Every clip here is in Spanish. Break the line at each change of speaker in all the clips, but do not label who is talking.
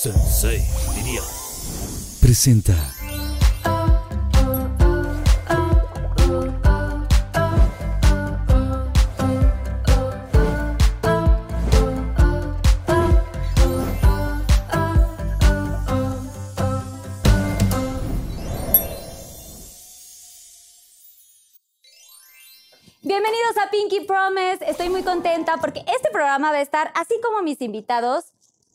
Sensei, diría. Presenta.
Bienvenidos a Pinky Promise. Estoy muy contenta porque este programa va a estar, así como mis invitados,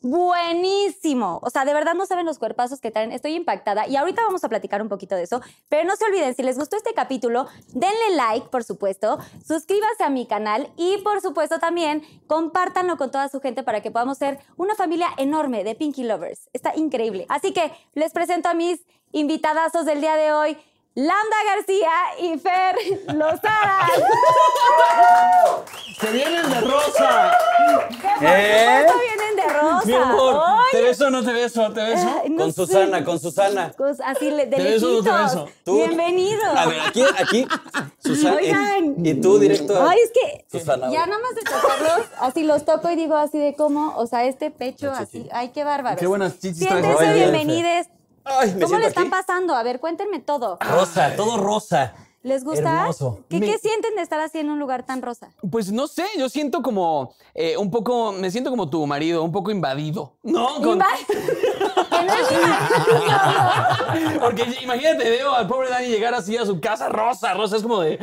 buenísimo. O sea, de verdad no saben los cuerpazos que traen. Estoy impactada y ahorita vamos a platicar un poquito de eso. Pero no se olviden, si les gustó este capítulo, denle like, por supuesto, suscríbanse a mi canal y, por supuesto, también compártanlo con toda su gente para que podamos ser una familia enorme de Pinky Lovers. Está increíble. Así que les presento a mis invitadazos del día de hoy. Lambda García y Fer Lozada.
¡Se vienen de rosa!
¿Eh?
¿Qué por vienen de rosa?
Mi amor, ¿te
Oye,
beso o no te beso? ¿Te beso?
Ay, no
con
sé.
Susana, con Susana.
Cos- Así le- de
¿Te beso o no te
lejitos.
beso?
Tú-
Bienvenidos.
A ver, aquí, aquí, Susana. eh,
Oigan.
Y tú, directo. a-
Ay, es que
Susana,
ya
güey.
nada más de tocarlos, así los toco y digo así de cómo, o sea, este pecho así, ay, qué bárbaro.
Qué buenas chichis traes.
Siéntense
Oye,
bienvenidos.
Ay, me
¿Cómo le
siento
están
aquí.
pasando? A ver, cuéntenme todo.
Rosa, todo rosa.
¿Les gusta?
Hermoso.
¿Qué,
Me-
qué sienten de estar así en un lugar tan rosa?
Pues no sé, yo siento como eh, un poco, me siento como tu marido, un poco invadido. No, Con-
Inva- Que no es mi marido.
porque imagínate, veo al pobre Dani llegar así a su casa, rosa, rosa, es como de,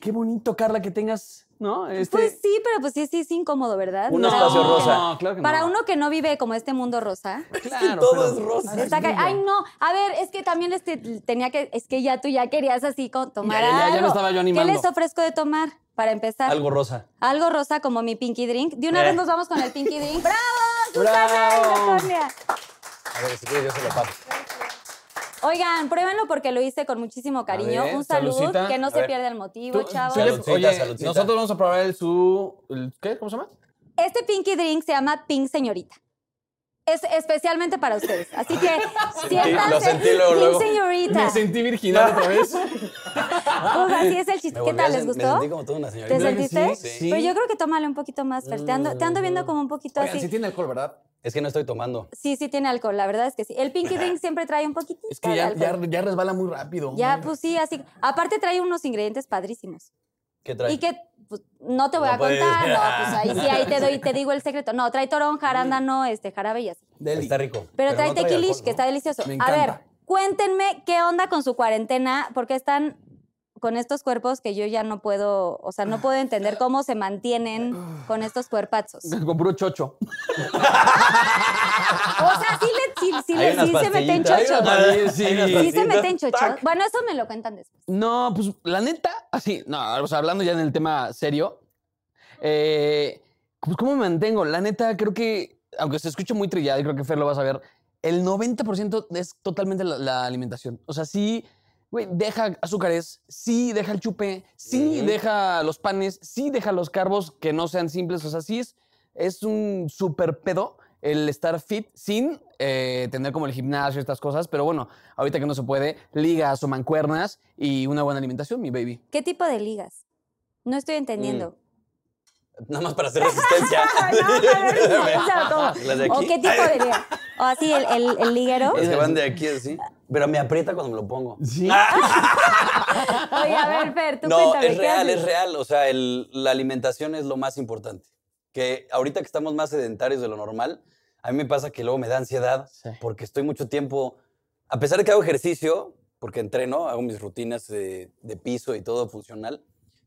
qué bonito, Carla, que tengas, ¿no? Este,
Pues sí, pero pues sí, sí, es incómodo, ¿verdad?
Un
No.
espacio rosa.
No, claro que no.
Para uno que no vive como este mundo rosa. pues,
Claro,
Es que todo
pero-
es rosa.
Está ca- Ay, no. A ver, es que también este, tenía que. Es que ya tú ya querías así co- tomar
Ya, ya, ya, ya me
algo.
estaba yo animando.
¿Qué les ofrezco de tomar para empezar?
Algo rosa.
Algo rosa como mi pinky drink. De una
Eh.
vez nos vamos con el pinky drink. ¡Bravo! Susana
Bravo.
y Laconia!
A ver, si quieres, yo se lo paso.
Oigan, pruébenlo porque lo hice con muchísimo cariño.
ver,
Un salud,
saludcita.
que no
A
se
ver.
pierda el motivo,
Tú-
chavos.
tú le-
Saludcita,
oye,
saludcita.
nosotros vamos a probar el su... el- ¿Qué? ¿Cómo se llama?
Este pinky drink se llama Pink Señorita. Es especialmente para ustedes. Así que siéntanse.
lo sentí luego,
Pink
luego.
Señorita.
Me sentí virginal otra vez.
Pues así es el
Me
chiste. ¿Qué
volví a
tal? ¿Les
sen-
gustó?
Me sentí como toda una señorita.
¿Te
¿Verdad que
sentiste?
sí? Sí.
Pero yo creo que tómale un poquito más, Fer. Te ando, te ando viendo como un poquito
Oigan,
así.
sí tiene alcohol, ¿verdad? Es que no estoy tomando.
Sí, sí tiene alcohol, la verdad es que sí. El Pinky Drink siempre trae un poquitito
Es que
de
ya, ya,
alcohol.
ya resbala muy rápido.
Ya, pues sí, así. Aparte trae unos ingredientes padrísimos.
¿Qué trae?
Y que pues, no te voy
No
a
puedes.
contar, no, pues ahí sí, ahí te doy, te digo el secreto. No, trae torón, jarándano, este, jarabe y así.
Deli.
Está rico.
Pero, trae
no
tequilish,
alcohol,
que
¿no?
está delicioso.
Me
a ver,
encanta.
cuéntenme qué onda con su cuarentena, porque están con estos cuerpos que yo ya no puedo, o sea, no puedo entender cómo se mantienen con estos cuerpazos.
Con puro chocho.
O sea, sí, le, sí, sí
Hay
le-
unas
sí se meten
pastillitas. Hay
chochos.
unas pastillas,
Sí,
hay unas
Sí se
pastillitas.
meten chochos.
Tac.
Bueno, eso me lo cuentan después.
No, pues la neta, así, no, o sea, hablando ya en el tema serio, eh, pues cómo me mantengo, la neta, creo que, aunque se escuche muy trillado, y creo que Fer lo vas a ver, el 90% es totalmente la, la alimentación. O sea, sí, güey, deja azúcares, sí deja el chupe, sí
Ujú.
deja los panes, sí deja los carbos que no sean simples, o sea, sí es, es un súper pedo el estar fit sin eh, tener como el gimnasio, estas cosas, pero bueno, ahorita que no se puede, ligas o mancuernas y una buena alimentación, mi baby.
¿Qué tipo de ligas? No estoy
Mm.
entendiendo.
Nada más para hacer resistencia. Las de
¿O
aquí.
qué tipo de liga? ¿O así el, el, el liguero?
Las que van de aquí así. Pero me aprieta cuando me lo pongo.
Sí.
Ah. Oye, a ver, Fer, tú
No,
cuéntame.
es
¿qué
real,
haces?
es real. O sea, el- la alimentación es lo más importante. Que ahorita que estamos más sedentarios de lo normal, a mí me pasa que luego me da ansiedad
Sí.
porque estoy mucho tiempo, a pesar de que hago ejercicio, porque entreno, hago mis rutinas de, de piso y todo funcional,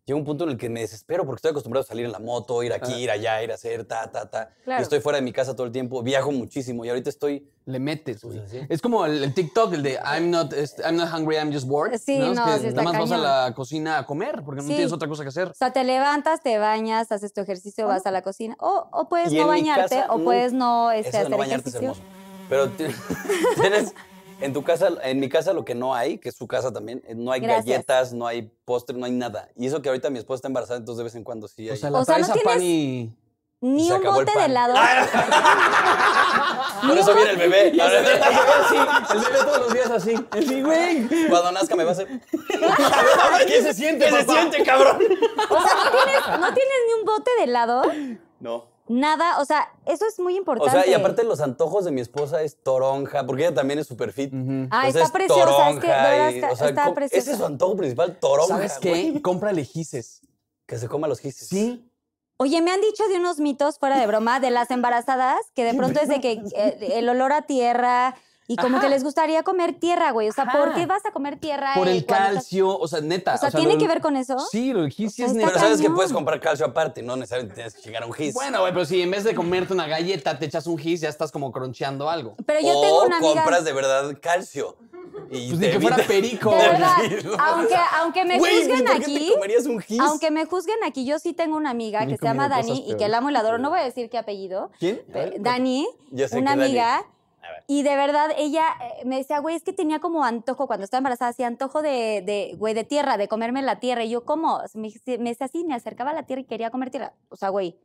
llega un punto en el que me desespero porque estoy acostumbrado a salir en la moto, ir aquí, ir allá, ir a hacer, ta, ta, ta.
Claro.
Y estoy fuera de mi casa todo el tiempo, viajo muchísimo y ahorita estoy...
Le metes, güey.
Pues así.
Es como el, el TikTok, el de I'm not, este, I'm not hungry, I'm just bored.
Sí,
Es
no,
que
sí está
nada más vas a
cañón.
la cocina a comer porque no
Sí.
tienes otra cosa que hacer.
O sea, te levantas, te bañas, haces tu ejercicio, vas a la cocina. O, o puedes
Y
no
en mi
bañarte,
casa,
o
mm,
puedes no este,
Eso de
hacer
no bañarte es
ejercicio.
hermoso. Pero ti- tienes en tu casa, en mi casa lo que no hay, que es su casa también, eh, no hay
Gracias.
galletas, no hay postre, no hay nada. Y eso que ahorita mi esposa está embarazada, entonces de vez en cuando sí hay.
O sea, la
O sea,
traes
no
a pan
tienes-
y...
Ni
se
un
acabó el
bote de
pan. Ah.
helado.
Por eso viene el bebé. La verdad,
Sí, el bebé todos los días así. Sí, güey.
Cuando nazca me va a hacer.
¿Qué se siente,
¿Qué se
papá?
siente, cabrón?
O sea, ¿no tienes, no tienes ni un bote de helado?
No.
nada. O sea, eso es muy
O
importante.
sea, y aparte los antojos de mi esposa es toronja, porque ella también es super fit.
Ujú.
Ah,
Entonces,
está preciosa. Es que de
toronja
verdad
y-
está,
o sea,
está
¿cómo-
preciosa.
Ese es su antojo principal, toronja.
¿Sabes
güey.
qué? Cómprale gises.
Que se coma los gises.
Sí.
Oye, me han dicho de unos mitos fuera de broma de las embarazadas que de pronto es de que eh, el olor a tierra y como que les gustaría comer tierra, güey. O sea, ¿por
Ajá.
qué vas a comer tierra?
Por
eh,
el
cuando estás-
calcio, o sea, neta.
O sea, ¿tiene
lo-
que ver con eso?
Sí, lo del gis sí
O sea,
es
está
neta.
Pero sabes que
cañón.
puedes comprar calcio aparte, no necesariamente tienes que llegar a un gis.
Bueno, güey, pero si en vez de comerte una galleta te echas un gis, ya estás como croncheando algo.
Pero yo
o
tengo una amiga.
compras de verdad calcio. Y
Pues
te
ni que fuera
evitas-
perico.
De verdad,
Sí, no,
aunque, aunque me
Güey,
juzguen
¿por qué
aquí,
te comerías un gis?
aunque me juzguen aquí, yo sí tengo una amiga
Yo
que
he
se llama
comido cosas
Dani y que
peores.
la amo y la adoro. No voy a decir qué apellido.
¿Quién? A
pe-
ver,
Dani,
Yo sé
una
que Dani.
amiga.
A ver.
Y de verdad, ella eh, me decía, güey, es que tenía como antojo, cuando estaba embarazada, hacía antojo de, de, güey, de tierra, de comerme la tierra. Y yo, ¿cómo? Se Me, se- me decía así, me acercaba a la tierra y quería comer tierra. O sea, güey,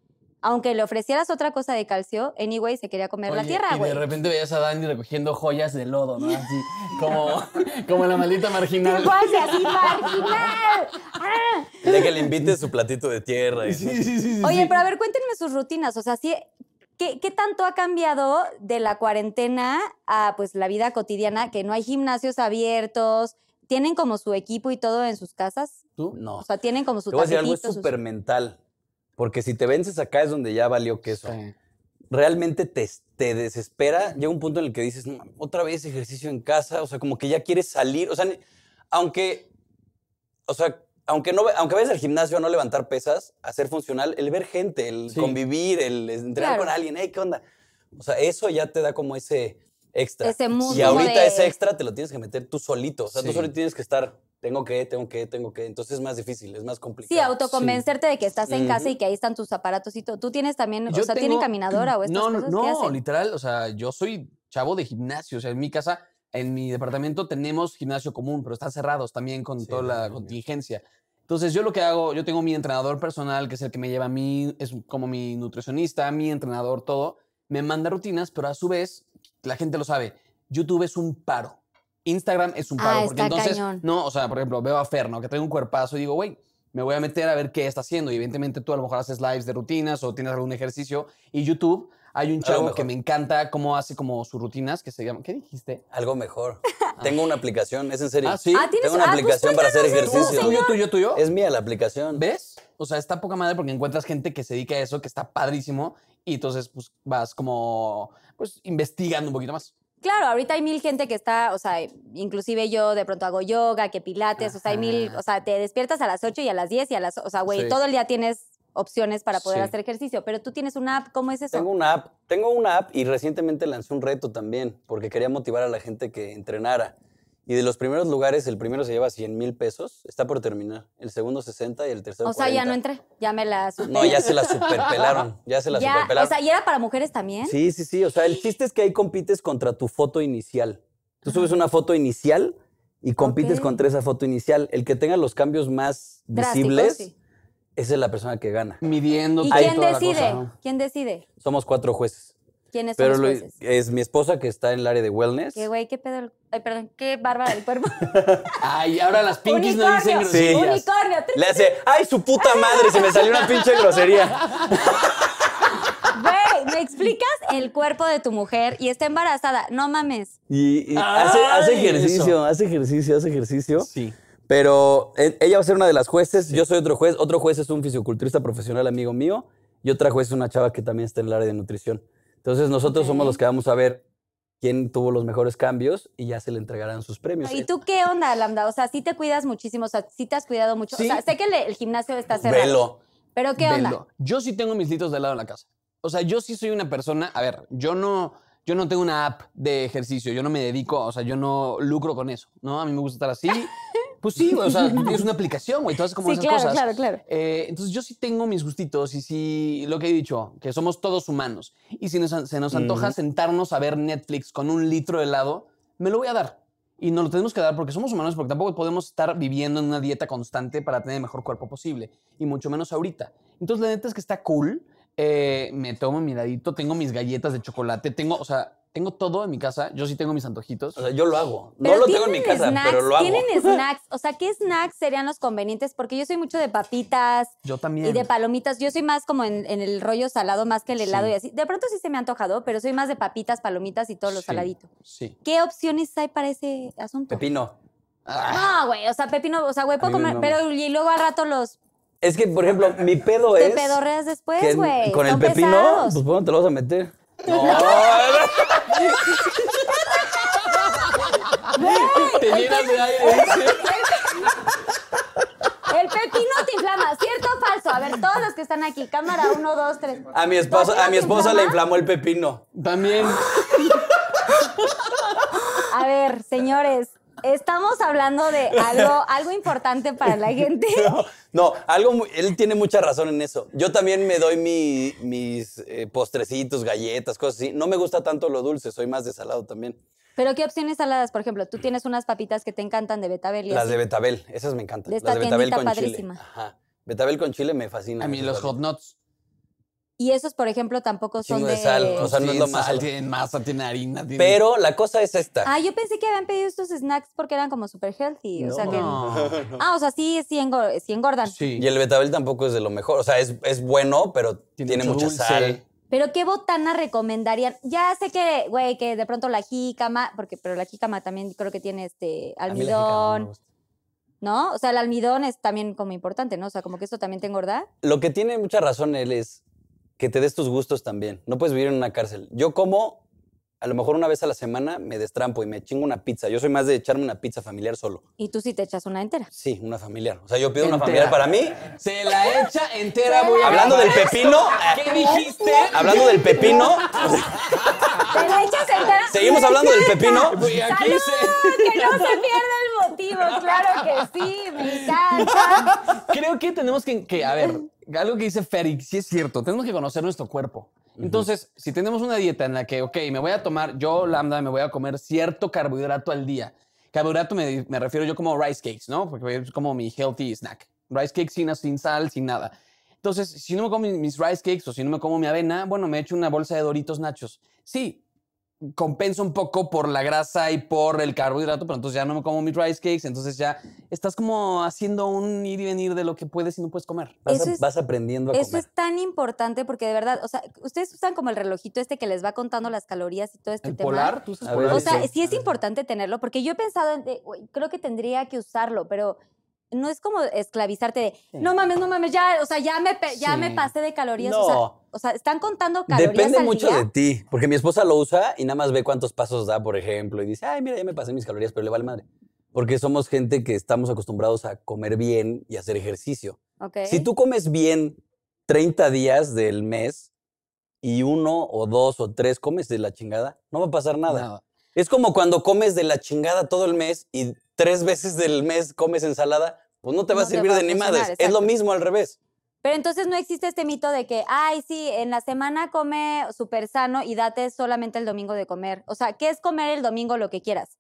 aunque le ofrecieras otra cosa de calcio, anyway, se quería comer la
Oye,
tierra,
y
güey.
de repente veías a Dani recogiendo joyas de lodo, ¿no? Así, como, como la maldita marginal.
¿Cuál sea así marginal? ¡Ah!
De que le invites su platito de tierra. y-
Sí, sí, sí, sí.
Oye,
sí.
pero a ver, cuéntenme sus rutinas. O sea, sí, ¿qué, qué tanto ha cambiado de la cuarentena a pues la vida cotidiana? Que no hay gimnasios abiertos, tienen como su equipo y todo en sus casas.
¿Tú?
No.
O sea, tienen como su
Te voy a decir algo, es
tapetito, sus-
súper mental. Porque si te vences acá es donde ya valió queso.
Sí.
Realmente te, te desespera. Llega un punto en el que dices, "No, otra vez ejercicio en casa. O sea, como que ya quieres salir. O sea, ni- aunque. O sea, aunque, no, ve- aunque vayas al gimnasio a no levantar pesas, a ser funcional, el ver gente, el
Sí.
convivir, el entrenar
Claro.
con alguien, hey, ¿qué onda? O sea, eso ya te da como ese extra.
Ese mood
y
como
ahorita
de-
ese extra te lo tienes que meter tú solito. O sea, tú
Sí.
solito tienes que estar, tengo que, tengo que, tengo que. Entonces es más difícil, es más
Sí,
complicado.
autoconvencerte de que estás en casa
Ujú.
y que ahí están tus aparatos y todo. Tú tienes también, o
Yo
sea,
tengo-
tienen caminadora o estas
no,
cosas que
No,
hacen.
literal, o sea, yo soy chavo de gimnasio, o sea, en mi casa, en mi departamento tenemos gimnasio común, pero están cerrados también con
Sí,
toda
no,
la
no,
contingencia. Entonces, yo lo que hago, yo tengo mi entrenador personal, que es el que me lleva a mí, es como mi nutricionista, mi entrenador, todo. Me manda rutinas, pero a su vez, la gente lo sabe, YouTube es un paro. Instagram es un
Ah,
paro. porque
está
entonces,
cañón.
no, o sea, por ejemplo, veo a Fer, ¿no? Que trae un cuerpazo y digo, güey, me voy a meter a ver qué está haciendo. Y evidentemente tú a lo mejor haces lives de rutinas o tienes algún ejercicio. Y YouTube, hay un
lo
chavo
mejor.
que me encanta cómo hace como sus rutinas, que se llama, ¿qué dijiste?
Algo mejor. Tengo una aplicación, es en serio.
Ah, ¿sí? Ah,
tienes-
Tengo una
ah, pues
aplicación para hacer
cuéntanos eso,
ejercicio.
¿Tuyo, tuyo, tuyo?
Es mía la aplicación.
¿Ves? O sea, está poca madre porque encuentras gente que se dedica a eso, que está padrísimo. Y entonces, pues, vas como, pues, investigando un poquito más.
Claro, ahorita hay mil gente que está, o sea, inclusive yo de pronto hago yoga, que pilates, o sea, hay mil,
Ajá.
o sea, te despiertas a las 8 y a las 10 y a las, o sea, güey,
Sí.
todo el día tienes opciones para poder
Sí.
hacer ejercicio, pero tú tienes una app, ¿cómo es eso?
Tengo una app. Tengo una app y recientemente lancé un reto también, porque quería motivar a la gente que entrenara. Y de los primeros lugares, el primero se lleva 100 mil pesos, está por terminar. El segundo 60 y el tercero
o sea, ya no
40.
entré, ya me la superé.
No, ya se la superpelaron. Ya se la
Ya,
superpelaron.
o sea, ¿y era para mujeres también?
Sí, sí, sí. O sea, el chiste es que ahí compites contra tu foto inicial. Tú subes una foto inicial y compites
Ok.
contra esa foto inicial. El que tenga los cambios más
Drásticos,
visibles,
sí.
esa es la persona que gana.
Midiendo
¿Y
todo y
quién
toda la
decide?
cosa, ¿no?
¿Quién decide?
Somos cuatro jueces.
¿Quiénes son
Pero
los
lo-
jueces?
es mi esposa que está en el área de wellness.
Qué güey, qué pedo, el- ay, perdón, qué bárbara el cuerpo.
Ay, ahora las pinkies no dicen
unicornio,
Sí.
groserías.
unicornio.
Le hace, ¡ay, su puta madre! Se me salió una pinche grosería.
Güey, me explicas el cuerpo de tu mujer y está embarazada, no mames.
Y, y hace, hace
Ay,
ejercicio,
eso.
hace ejercicio, hace ejercicio.
Sí.
Pero e- ella va a ser una de las jueces, yo soy otro juez, otro juez es un fisioculturista profesional amigo mío y otra juez es una chava que también está en el área de nutrición. Entonces nosotros somos
Ok.
los que vamos a ver quién tuvo los mejores cambios y ya se le entregarán sus premios. Eh,
¿Y tú qué onda, Lambda? O sea, sí te cuidas muchísimo, o sea, sí te has cuidado mucho.
Sí.
O sea, sé que el, el gimnasio está cerrado.
Velo.
Pero ¿qué onda?
Velo. Yo sí tengo mis litros de lado en la casa. O sea, yo sí soy una persona. A ver, yo no, yo no tengo una app de ejercicio. Yo no me dedico, o sea, yo no lucro con eso. No, a mí me gusta estar así. Pues sí, güey, o sea, es una aplicación, güey, todas como
sí,
esas
claro,
cosas.
claro, claro.
Eh, entonces yo sí tengo mis gustitos y sí, lo que he dicho, que somos todos humanos. Y si nos an- se nos antoja
Ujú.
sentarnos a ver Netflix con un litro de helado, me lo voy a dar. Y nos lo tenemos que dar porque somos humanos, porque tampoco podemos estar viviendo en una dieta constante para tener el mejor cuerpo posible. Y mucho menos ahorita. Entonces la neta es que está cool eh, me tomo mi heladito, tengo mis galletas de chocolate, tengo, o sea, tengo todo en mi casa. Yo sí tengo mis antojitos.
O sea, yo lo hago. No lo tengo en mi
tienen
casa,
snacks,
pero lo hago.
Tienen snacks. O sea, ¿qué snacks serían los convenientes? Porque yo soy mucho de papitas
Yo
y
también.
de palomitas. Yo soy más como en, en el rollo salado, más que el helado
Sí.
y así. De pronto sí se me ha antojado, pero soy más de papitas, palomitas y todo lo
Sí.
saladito.
Sí.
¿Qué opciones hay para ese asunto?
Pepino. Ah.
No, güey. O sea, pepino, o sea, güey, puedo
mí me
comer,
mama.
pero y luego al rato los
Es que, por ejemplo, mi pedo
te
es.
pedorreas
que
después, güey.
Con el
Son
pepino,
pesados.
pues bueno, te lo vas a meter. No.
Te llenas de aire.
El pepino te inflama, ¿cierto o falso? A ver, todos los que están aquí, cámara 1, 2, 3.
A mi esposa, a mi esposa le inflamó el pepino.
También.
A ver, señores, estamos hablando de algo, algo importante para la gente.
No, algo muy- él tiene mucha razón en eso. Yo también me doy mi- mis eh, postrecitos, galletas, cosas así. No me gusta tanto lo dulce, soy más de salado también.
Pero ¿qué opciones saladas? Por ejemplo, tú tienes unas papitas que te encantan de betabel y
Las
así.
de betabel, esas me encantan.
De esta
Las de betabel con
tiendita
chile.
padrísima.
Ajá. Betabel con chile me fascina.
A mí los hot nuts.
Y esos, por ejemplo, tampoco son
Chingo
de...
de sal, o sea, no es
Tienen
lo más
sal,
salado.
Tienen masa, tienen harina. tienen-
Pero la cosa es esta.
Ah, yo pensé que habían pedido estos snacks porque eran como super healthy. O sea que...
No.
Ah, o sea, sí, sí, engor- sí engordan.
Sí.
Y el betabel tampoco es de lo mejor. O sea, es, es bueno, pero tiene,
Tiene mucho
mucha
dulce.
sal.
Pero ¿qué botana recomendarían? Ya sé que, güey, que de pronto la jícama, porque, pero la jícama también creo que tiene este
A mí la jícama no me
almidón,
gusta.
¿no? O sea, el almidón es también como importante, ¿no? O sea, como que eso también te engorda.
Lo que tiene mucha razón él es que te des tus gustos también. No puedes vivir en una cárcel. Yo como, a lo mejor una vez a la semana me destrampo y me chingo una pizza. Yo soy más de echarme una pizza familiar solo.
Y tú sí te echas una entera.
Sí, una familiar. O sea, yo pido una
Entera.
familiar para mí.
Se la echa entera, voy a
Hablando del pepino,
¿Qué dijiste?
hablando del pepino,
¿Te la echas entera?
Ah. seguimos hablando del pepino.
Y aquí
¡Salud!
se-
Que no se pierda el motivo, claro que sí, me encanta.
Creo que tenemos que, que, a ver, algo que dice Ferix, sí es cierto, tenemos que conocer nuestro cuerpo. Entonces, si tenemos una dieta en la que, ok, me voy a tomar, yo, Lambda, me voy a comer cierto carbohidrato al día. Carbohidrato me, me refiero yo como rice cakes, ¿no? Porque es como mi healthy snack. Rice cakes sin, sin sal, sin nada. Entonces, si no me como mis rice cakes o si no me como mi avena, bueno, me echo una bolsa de Doritos Nachos. Sí, compensa un poco por la grasa y por el carbohidrato, pero entonces ya no me como mis rice cakes, entonces ya estás como haciendo un ir y venir de lo que puedes y no puedes comer.
Vas,
Eso es-
vas aprendiendo a
Eso
comer.
es tan importante porque de verdad, o sea, ustedes usan como el relojito este que les va contando las calorías y todo este
¿El
tema.
polar? ¿Tú usas
A ver,
polar?
O
Claro,
sea,
sí.
sí es importante tenerlo, porque yo he pensado, en de, "Uy, creo que tendría que usarlo, pero no es como esclavizarte de, no mames, no mames, ya, o sea, ya me, pe- ya me
Sí.
pasé de calorías. O,
No.
sea, o sea, están contando calorías
Depende
al
mucho
día?
de ti, porque mi esposa lo usa y nada más ve cuántos pasos da, por ejemplo, y dice, ay, mira, ya me pasé mis calorías, pero le vale madre. Porque somos gente que estamos acostumbrados a comer bien y hacer ejercicio.
Ok.
Si tú comes bien 30 días del mes y uno o dos o tres comes de la chingada, no va a pasar nada. Es como cuando comes de la chingada todo el mes y tres veces del mes comes ensalada, pues no te va
No
a
te
servir
va a
de ni
funcionar,
madres. Es lo
exacto.
mismo al revés.
Pero entonces no existe este mito de que, ay, sí, en la semana come súper sano y date solamente el domingo de comer. O sea, ¿qué es comer el domingo lo que quieras?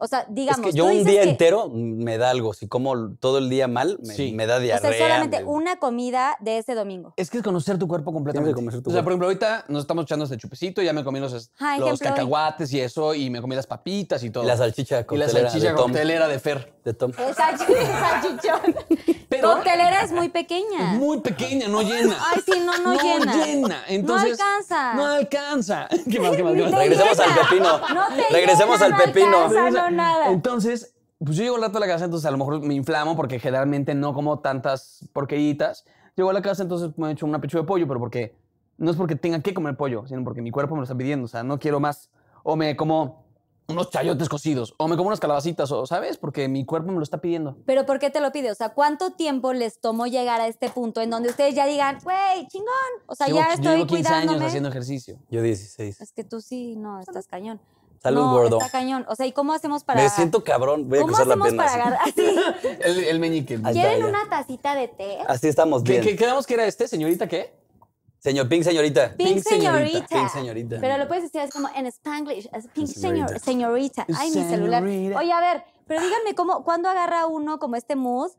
O sea, digamos,
es que yo
tú
un
dices
día
que-
entero me da algo. Si como todo el día mal, me,
Sí.
me da
O
diarrea.
sea, solamente
me-
una comida de ese domingo.
Es que es conocer tu cuerpo completamente.
conocer tu
o sea, por
cuerpo.
ejemplo, ahorita nos estamos echando este chupecito, ya me comí los,
Ah,
los
ejemplo, hoy.
cacahuates y eso, y me comí las papitas y todo.
Y la salchicha
Y la
coctelera
salchicha
de Tom.
coctelera de Fer.
De Tom.
El salchi- el salchichón.
Pero-
Coctelera es muy pequeña.
Muy pequeña, no llena.
Ay, sí, no, no llena.
Entonces,
alcanza.
No alcanza. ¿Qué más, qué más, qué
Ni
más?
te
Regresemos al
llena.
pepino.
No te
Regresemos
llena,
al
no
pepino.
alcanza, no
Entonces, eh,
nada.
Entonces, pues yo llego al rato a la casa, entonces a lo mejor me inflamo porque generalmente no como tantas porqueritas. Llego a la casa, entonces me echo una pechuga de pollo, pero porque no es porque tenga que comer pollo, sino porque mi cuerpo me lo está pidiendo. O sea, no quiero más. O me como unos chayotes cocidos, o me como unas calabacitas, o ¿sabes? Porque mi cuerpo me lo está pidiendo.
Pero ¿por qué te lo pide? O sea, ¿cuánto tiempo les tomó llegar a este punto en donde ustedes ya digan, güey, chingón? O sea,
Llevo-
ya
yo
estoy
llevo 15
cuidándome.
años haciendo ejercicio.
Yo 16.
Es que tú sí, no, estás cañón.
Salud,
no,
gordo.
Está cañón. O sea, ¿y cómo hacemos para
Me siento cabrón. Voy a
¿Cómo
cruzar la
hacemos
pierna
para
así.
agarrar así?
El, el meñique. el
Ahí está,
¿Quieren
ya.
una tacita de té?
Así estamos
¿Qué,
bien.
qué quedamos que era este, señorita? ¿Qué?
Señor Pink, señorita.
Pink,
Pink señorita,
señorita.
pink señorita.
Pero lo puedes decir es como en Spanglish, es pink
Señorita.
señor, señorita. Ay, mi celular.
Señorita.
Oye, a ver, pero díganme cómo, ¿cuándo agarra uno como este mood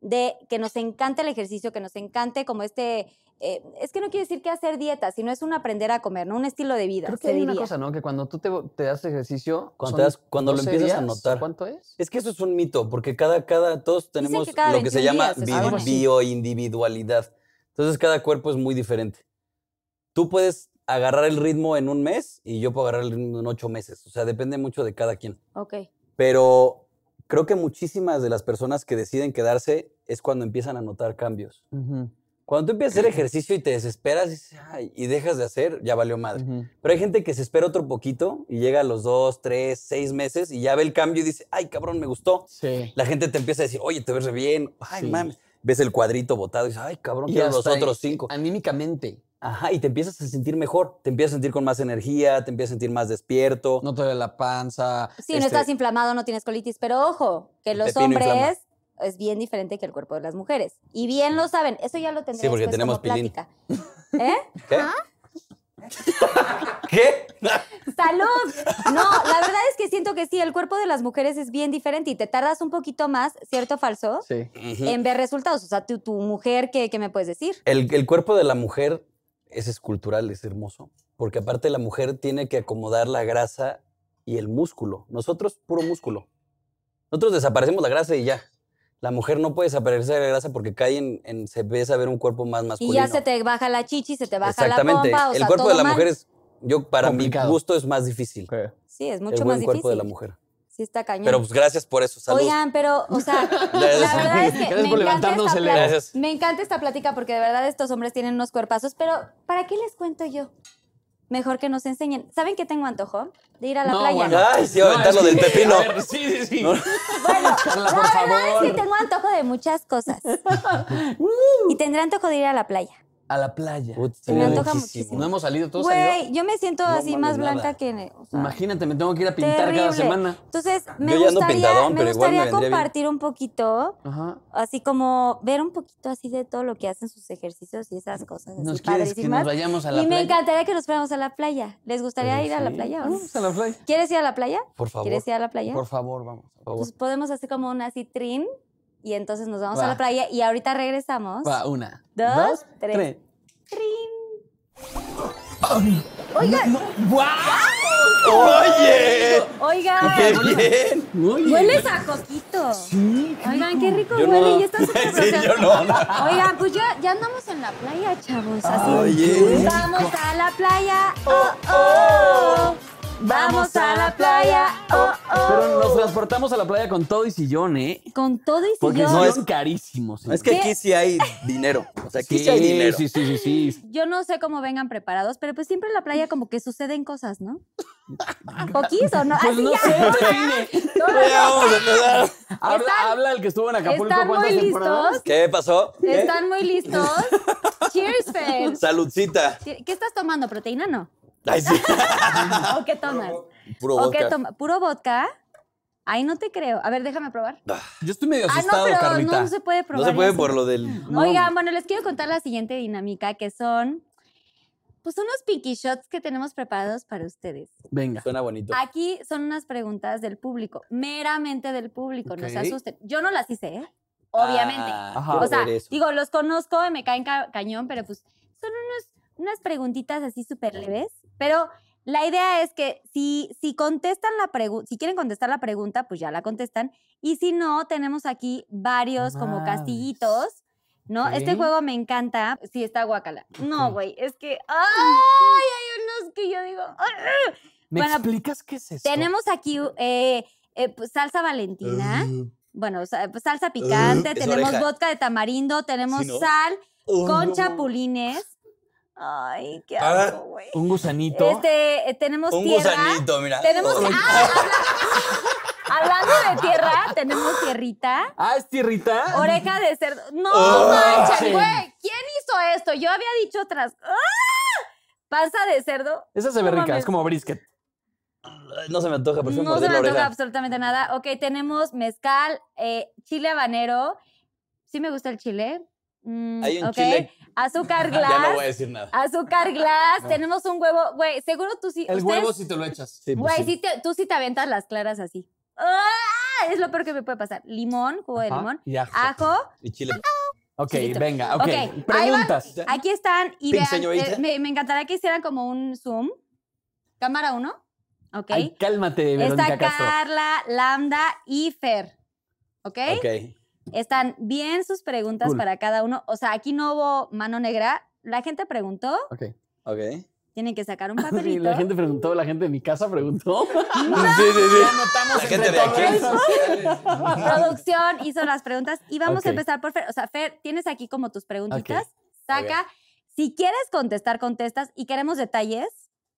de que nos encante el ejercicio, que nos encante como este eh, es que no quiere decir que hacer dieta, sino es un aprender a comer, ¿no? Un estilo de vida,
Creo que
se
hay
diría.
una cosa, ¿no? Que cuando tú te, te das ejercicio.
Cuando
son
te das- cuando lo
12
empiezas a
días,
notar.
¿Cuánto es?
Es que eso es un mito, porque cada, cada, todos tenemos
que cada
lo que se
21
llama
días, se
bi-
supone.
bioindividualidad. Entonces cada cuerpo es muy diferente. Tú puedes agarrar el ritmo en un mes y yo puedo agarrar el ritmo en ocho meses. O sea, depende mucho de cada quien.
Ok.
Pero creo que muchísimas de las personas que deciden quedarse es cuando empiezan a notar cambios.
Ujú,
Cuando tú empiezas a hacer ejercicio y te desesperas y, dices, "Ay", y dejas de hacer, ya valió madre.
ujú.
Pero hay gente que se espera otro poquito y llega a los dos, tres, seis meses y ya ve el cambio y dice, ay, cabrón, me gustó.
Sí.
La gente te empieza a decir, oye, te ves re bien. Ay,
Sí.
mames. Ves el cuadrito botado y dices, ay, cabrón,
Y
quiero los
hasta eh, ah.
otros cinco.
Anímicamente,
Ajá, y te empiezas a sentir mejor. Te empiezas a sentir con más energía, te empiezas a sentir más despierto.
no te duele la panza.
Sí, no
Este-
estás inflamado, no tienes colitis, pero ojo, que
El
los
pepino
hombres
inflama.
es bien diferente que el cuerpo de las mujeres. Y bien lo saben, eso ya lo tendré
Sí, porque
después
tenemos
como
pilín.
plática. ¿Eh?
¿Qué? ¿Qué?
¡Salud! No, la verdad es que siento que sí, el cuerpo de las mujeres es bien diferente y te tardas un poquito más, ¿cierto o falso?
Sí.
Ujú.
En ver resultados. O sea, tu, tu mujer, ¿qué, qué me puedes decir?
El, el cuerpo de la mujer es escultural, es hermoso, porque aparte la mujer tiene que acomodar la grasa y el músculo. Nosotros, puro músculo. Nosotros desaparecemos la grasa y ya. La mujer no puede desaparecer la grasa porque cae en, en- se empieza a ver un cuerpo más masculino.
Y ya se te baja la chichi, se te baja la
Exactamente.
pompa. O
el
sea,
cuerpo
todo
de la
mal.
mujer es, yo para
Complicado.
mi gusto es más difícil.
Sí, es
el
mucho
buen
más
cuerpo
difícil.
de la mujer.
Sí, está cañón.
Pero pues gracias por eso, salud.
Oigan, pero, o sea, la
Gracias.
verdad es que
Gracias
me
por
encanta,
levantarnos
esta
el-
pla-
Gracias.
me encanta esta plática porque de verdad estos hombres tienen unos cuerpazos, pero ¿para qué les cuento yo? Mejor que nos enseñen. ¿Saben qué tengo antojo? De ir a la
No,
playa.
bueno.
Ay, sí, iba a aventar
es
lo del
que-
pepino.
A ver, sí, sí, sí.
Bueno,
Carla, por
la verdad
favor. Uh.
es que tengo antojo de muchas cosas. y tendré antojo de ir a la playa.
A la playa.
Putz,
me
sí,
antoja
No hemos salido todos. Pues
Güey, yo me siento
No
así
mames,
más blanca
nada.
que... en- o sea,
Imagínate, me tengo que ir a pintar cada
terrible.
semana.
Entonces, me
Yo ya ando
gustaría,
pintadón,
me
pero igual me
gustaría
vendría bien.
compartir un poquito...
Ajá.
así como ver un poquito así de todo lo que hacen sus ejercicios y esas cosas así
¿Nos quieres que
padrísimas.
nos vayamos a
y
la
me
playa?
encantaría que nos fuéramos a la playa. ¿Les gustaría
Pero
ir a la
sí.
playa o no?
Vamos a la playa.
¿Quieres ir a la playa?
Por favor.
¿Quieres ir a la playa?
Por favor, vamos. por favor.
Pues podemos hacer como una citrín y entonces nos vamos a
Va.
la playa y ahorita regresamos.
Va, una.
Dos,
dos,
tres.
tres.
¡Oye!
Oigan,
¡Qué bien!
hueles a coquito. Oigan, qué rico
Yo no-
huele y está súper
Sí,
bronceado.
yo no, no.
Oigan, pues ya, ya andamos en la playa, chavos. Así.
Oye.
Vamos a la playa. Oh, oh. Vamos a la playa. Oh, oh.
Pero nos transportamos a la playa con todo y sillón, ¿eh?
Con todo y
Porque
sillón.
son
No, es-
carísimos.
Es que
¿Qué?
aquí sí hay dinero. O sea, aquí sí, hay dinero.
Sí, sí, sí, sí.
Yo no sé cómo vengan preparados, pero pues siempre en la playa como que suceden cosas, ¿no? Poquís o no.
Pues
Así
no
Ah, ya.
sé, define.
No, no,
Ya vamos a empezar.
Habla,
Están-
habla el que estuvo en Acapulco
¿Están
cuántas
muy
temporadas.
listos?
¿Qué pasó? ¿Qué?
¿Están muy listos? Cheers, Fer.
Saludcita.
¿Qué estás tomando? ¿Proteína no?
Ay, sí.
¿O qué tomas?
Puro
¿O qué
vodka.
toma? ¿Puro vodka? Ay, no te creo. A ver, déjame probar.
Yo estoy medio
Ah, no,
asustado,
pero
Carlita.
no se puede probar.
No se puede
eso.
por lo del.
No.
Oigan, bueno, les quiero contar la siguiente dinámica que son pues unos pinky shots que tenemos preparados para ustedes.
Venga.
Suena bonito.
Aquí son unas preguntas del público, meramente del público, no se
Ok.
asusten. Yo no las hice, ¿eh? Obviamente.
Ah,
Ajá.
quiero
o sea,
ver eso.
digo, los conozco y me caen ca- cañón, pero pues son unos, unas preguntitas así súper leves. Pero la idea es que si, si contestan la pregunta, si quieren contestar la pregunta, pues ya la contestan. Y si no, tenemos aquí varios como
Madres.
castillitos. ¿No? Este
Ok.
juego me encanta. Sí, está guacala. No,
Ok.
güey, es que. ¡Ay! Hay unos que yo digo. ¡ah!
¿Me
Bueno,
explicas qué es esto?
Tenemos aquí eh, eh, pues, salsa valentina. Bueno, sa- pues, salsa picante,
es
tenemos
oreja.
vodka de tamarindo, tenemos
¿no?
sal,
Oh,
con
no.
chapulines. Ay, qué
Ah.
asco, güey.
Un gusanito.
Este, eh, tenemos
Un
tierra.
gusanito, mira.
Tenemos.
Oh,
Ah, habla- hablando de tierra, tenemos tierrita.
Ah, es tierrita.
Oreja de cerdo. No
Oh,
manches,
sí.
güey. ¿Quién hizo esto? Yo había dicho otras. ¡Ah! Panza de cerdo.
Esa se ve
No
rica,
mames.
es como brisket.
No se me antoja, por
No
favor.
se me antoja absolutamente nada. Ok, tenemos mezcal, eh, chile habanero. Sí me gusta el chile. Mm,
Hay un
ok.
chile.
Azúcar glass.
Ya no voy a decir nada.
Azúcar glass, tenemos un huevo. Güey, seguro tú sí.
Ah. El
ustedes-
huevo si te lo echas.
Sí, pues
Güey,
sí.
sí te- tú sí te aventas las claras así. ¡Ah! Es lo peor que me puede pasar. Limón, jugo de
Ajá,
limón.
Y ajo.
Ajo.
Y chile.
Ok,
chiquito.
venga, ok.
Ok, ahí va.
Preguntas.
Aquí están y
Pink
vean.
señorita.
eh, me, me encantaría que hicieran como un zoom. Cámara 1. Ok.
Ay, cálmate, Verónica
Está
Castro.
Carla, Lambda y Fer. ¿Ok?
Ok.
Están bien sus preguntas
Cool.
para cada uno. O sea, aquí no hubo mano negra. La gente preguntó.
Ok.
Ok.
Tienen que sacar un
Y
papelito.
la gente preguntó, la gente de mi casa preguntó.
Sí, sí, sí.
Anotamos
La gente de aquí.
Producción hizo las preguntas y vamos
Ok.
a empezar por Fer. O sea, Fer, tienes aquí como tus preguntitas.
Ok.
Saca. Si quieres contestar, contestas y queremos detalles.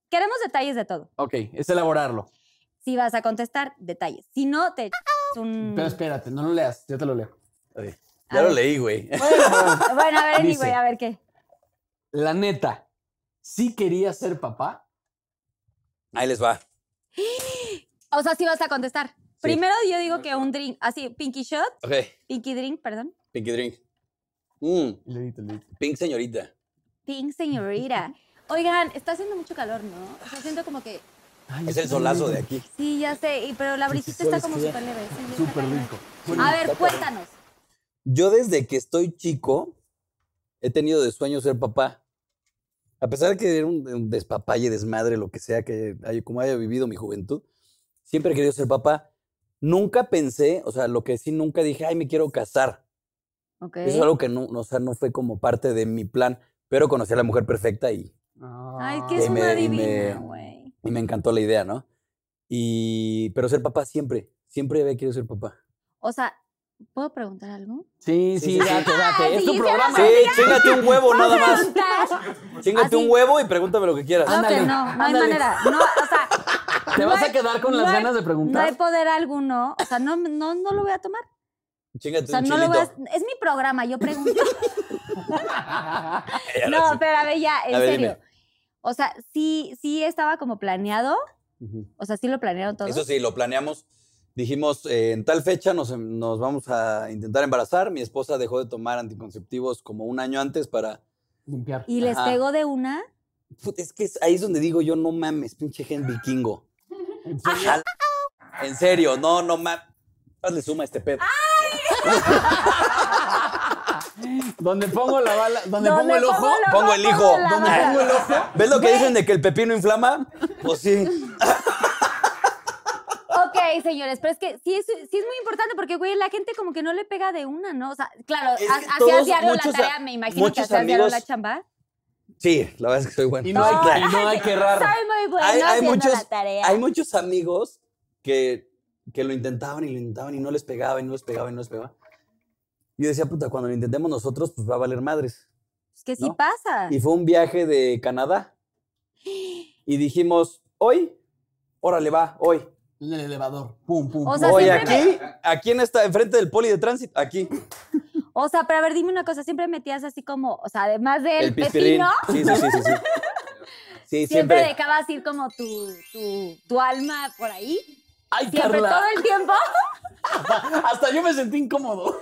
Queremos detalles de todo.
Ok, es elaborarlo.
Si vas a contestar, detalles. Si no, te echas un.
Pero espérate, no lo leas, yo te lo leo.
Ok.
A
Ya lo
ver.
leí, güey.
Bueno, a ver, anyway,
Dice.
a ver qué.
La neta, ¿sí quería ser papá?
Ahí les va.
O sea, si vas a contestar. Primero yo digo que un drink, así, pinky shot,
Ok.
pinky drink, perdón.
Pinky drink. Mm,
Y le edito, le edito.
pink señorita.
Pink señorita. Oigan, está haciendo mucho calor, ¿no? O sea, siento como que.
Ay,
Es
yo
el
también
solazo
le
de
edito.
aquí.
Sí, ya sé, y- pero la
Sí, sí,
brisita está
sabes
como
que ya-
súper leve. sí, está
Súper
cañón.
rico.
A ver, cuéntanos.
Yo desde que estoy chico he tenido de sueño ser papá. A pesar de que era un, un despapalle, desmadre, lo que sea, que haya- como haya vivido mi juventud, siempre he querido ser papá. Nunca pensé, o sea, lo que sí nunca dije, ay, me quiero casar.
Ok.
Eso es algo que no, o sea, no fue como parte de mi plan, pero conocí a la mujer perfecta y,
Ay, que
qué
es
Y me-
una
y me-
divina, güey.
y me encantó la idea, ¿no? Y, pero ser papá siempre, siempre había querido ser papá.
O sea, ¿puedo preguntar algo?
Sí,
Sí, sí,
sí,
sí.
date, date. Es
sí,
tu
sí,
programa.
Sí, chingate un huevo nada más.
Preguntar.
Chingate
Así. Ah,
un huevo y pregúntame lo que quieras.
No, que
Ándale,
no, no hay
ándale.
manera. No, o sea.
¿Te
no
vas a
hay-
quedar con
no
las
hay-
ganas
No
de
hay
preguntar?
poder alguno. O sea, no, no, no lo voy a tomar.
Chingate
O sea,
un
no lo voy a.
chilito.
Es mi programa, yo pregunto.
Ya lo
No,
sé.
pero a ver, ya, en
A ver, dime.
serio. O sea, sí, sí estaba como planeado.
Ujú.
O sea, sí lo planearon todo.
Eso sí, lo planeamos. Dijimos, eh, en tal fecha nos, em- nos vamos a intentar embarazar. Mi esposa dejó de tomar anticonceptivos como un año antes para...
Limpiar.
Y les
Ajá.
pegó de una.
Put, Es que es- ahí es donde digo yo, no mames, pinche gen vikingo. Jala- En serio, no, no mames. Hazle suma a este pedo.
Donde pongo la bala, donde
¿Dónde
pongo el ojo,
Pongo el hijo.
la
¿Dónde
bala?
pongo el ojo? ¿Ves lo que dicen de que el pepino inflama? Pues sí.
Ok, señores, pero es que sí es, sí es muy importante porque, güey, la gente como que no le pega de una, ¿no? O sea, claro,
Es que
ha- hacías
todos,
diario la
muchos a-
tarea, me imagino que
muchos
hacías diario la
amigos-
chamba.
Sí, la verdad es que soy bueno.
y no hay, y no hay que errar.
Soy muy bueno
hay, hay
haciendo
muchos,
la tarea.
hay muchos amigos que, que lo intentaban y lo intentaban y no les pegaba y no les pegaba y no les pegaba. Y Yo decía, puta, cuando lo intentemos nosotros, pues va a valer madres.
Es que sí
¿no?
pasa.
Y fue un viaje de Canadá. Y dijimos, hoy, órale, va, hoy.
En el elevador. Pum, pum.
O
pum.
sea,
hoy
siempre
aquí, aquí en esta, enfrente del poli de tránsito, aquí.
O sea, pero a ver, dime una cosa, siempre metías así como, o sea, además del
el pispirín. Sí,
pepino,
sí, sí, sí. sí. Sí,
siempre,
siempre.
dejabas ir como tu, tu, tu alma por ahí.
Ay,
Siempre, todo
Carla.
el tiempo.
Hasta yo me sentí incómodo.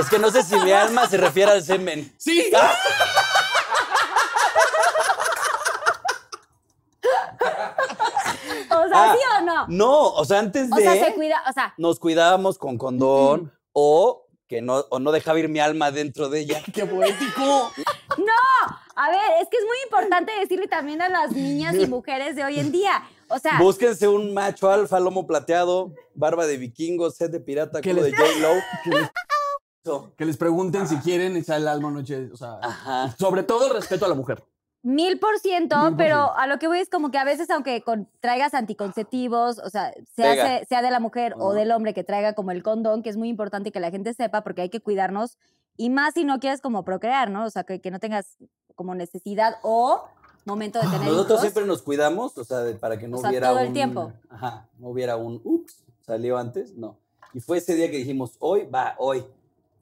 Es que no sé si mi alma se refiere al semen.
Sí.
O sea,
Ah,
¿sí o no?
No, o sea, antes de.
O sea, se cuida, Mm. o sea,
nos cuidábamos con condón o que no, o no dejaba ir mi alma dentro de ella.
Qué poético.
a ver, es que es muy importante decirle también a las niñas y mujeres de hoy en día. O sea,
Búsquense un macho alfa, lomo plateado, barba de vikingo, sed de pirata,
¿Qué
culo de
les-
J-Lo. Eso.
Que les pregunten si quieren echar el alma noche. O sea,
Ajá.
sobre todo el respeto a la mujer.
mil por ciento,
Mil por
pero
ciento.
a lo que voy es como que a veces, aunque con- traigas anticonceptivos, o sea, sea,
Pega.
sea- sea de la mujer o
Ajá.
del hombre que traiga como el condón, que es muy importante que la gente sepa porque hay que cuidarnos y más si no quieres como procrear, ¿no? O sea, que, que no tengas como necesidad o momento de tener
Ah, Nosotros
hijos.
siempre nos cuidamos, o sea, de- para que no
O sea,
hubiera
todo el
un-
tiempo.
Ajá, no hubiera un ups, salió antes, no. Y fue ese día que dijimos, hoy va, hoy.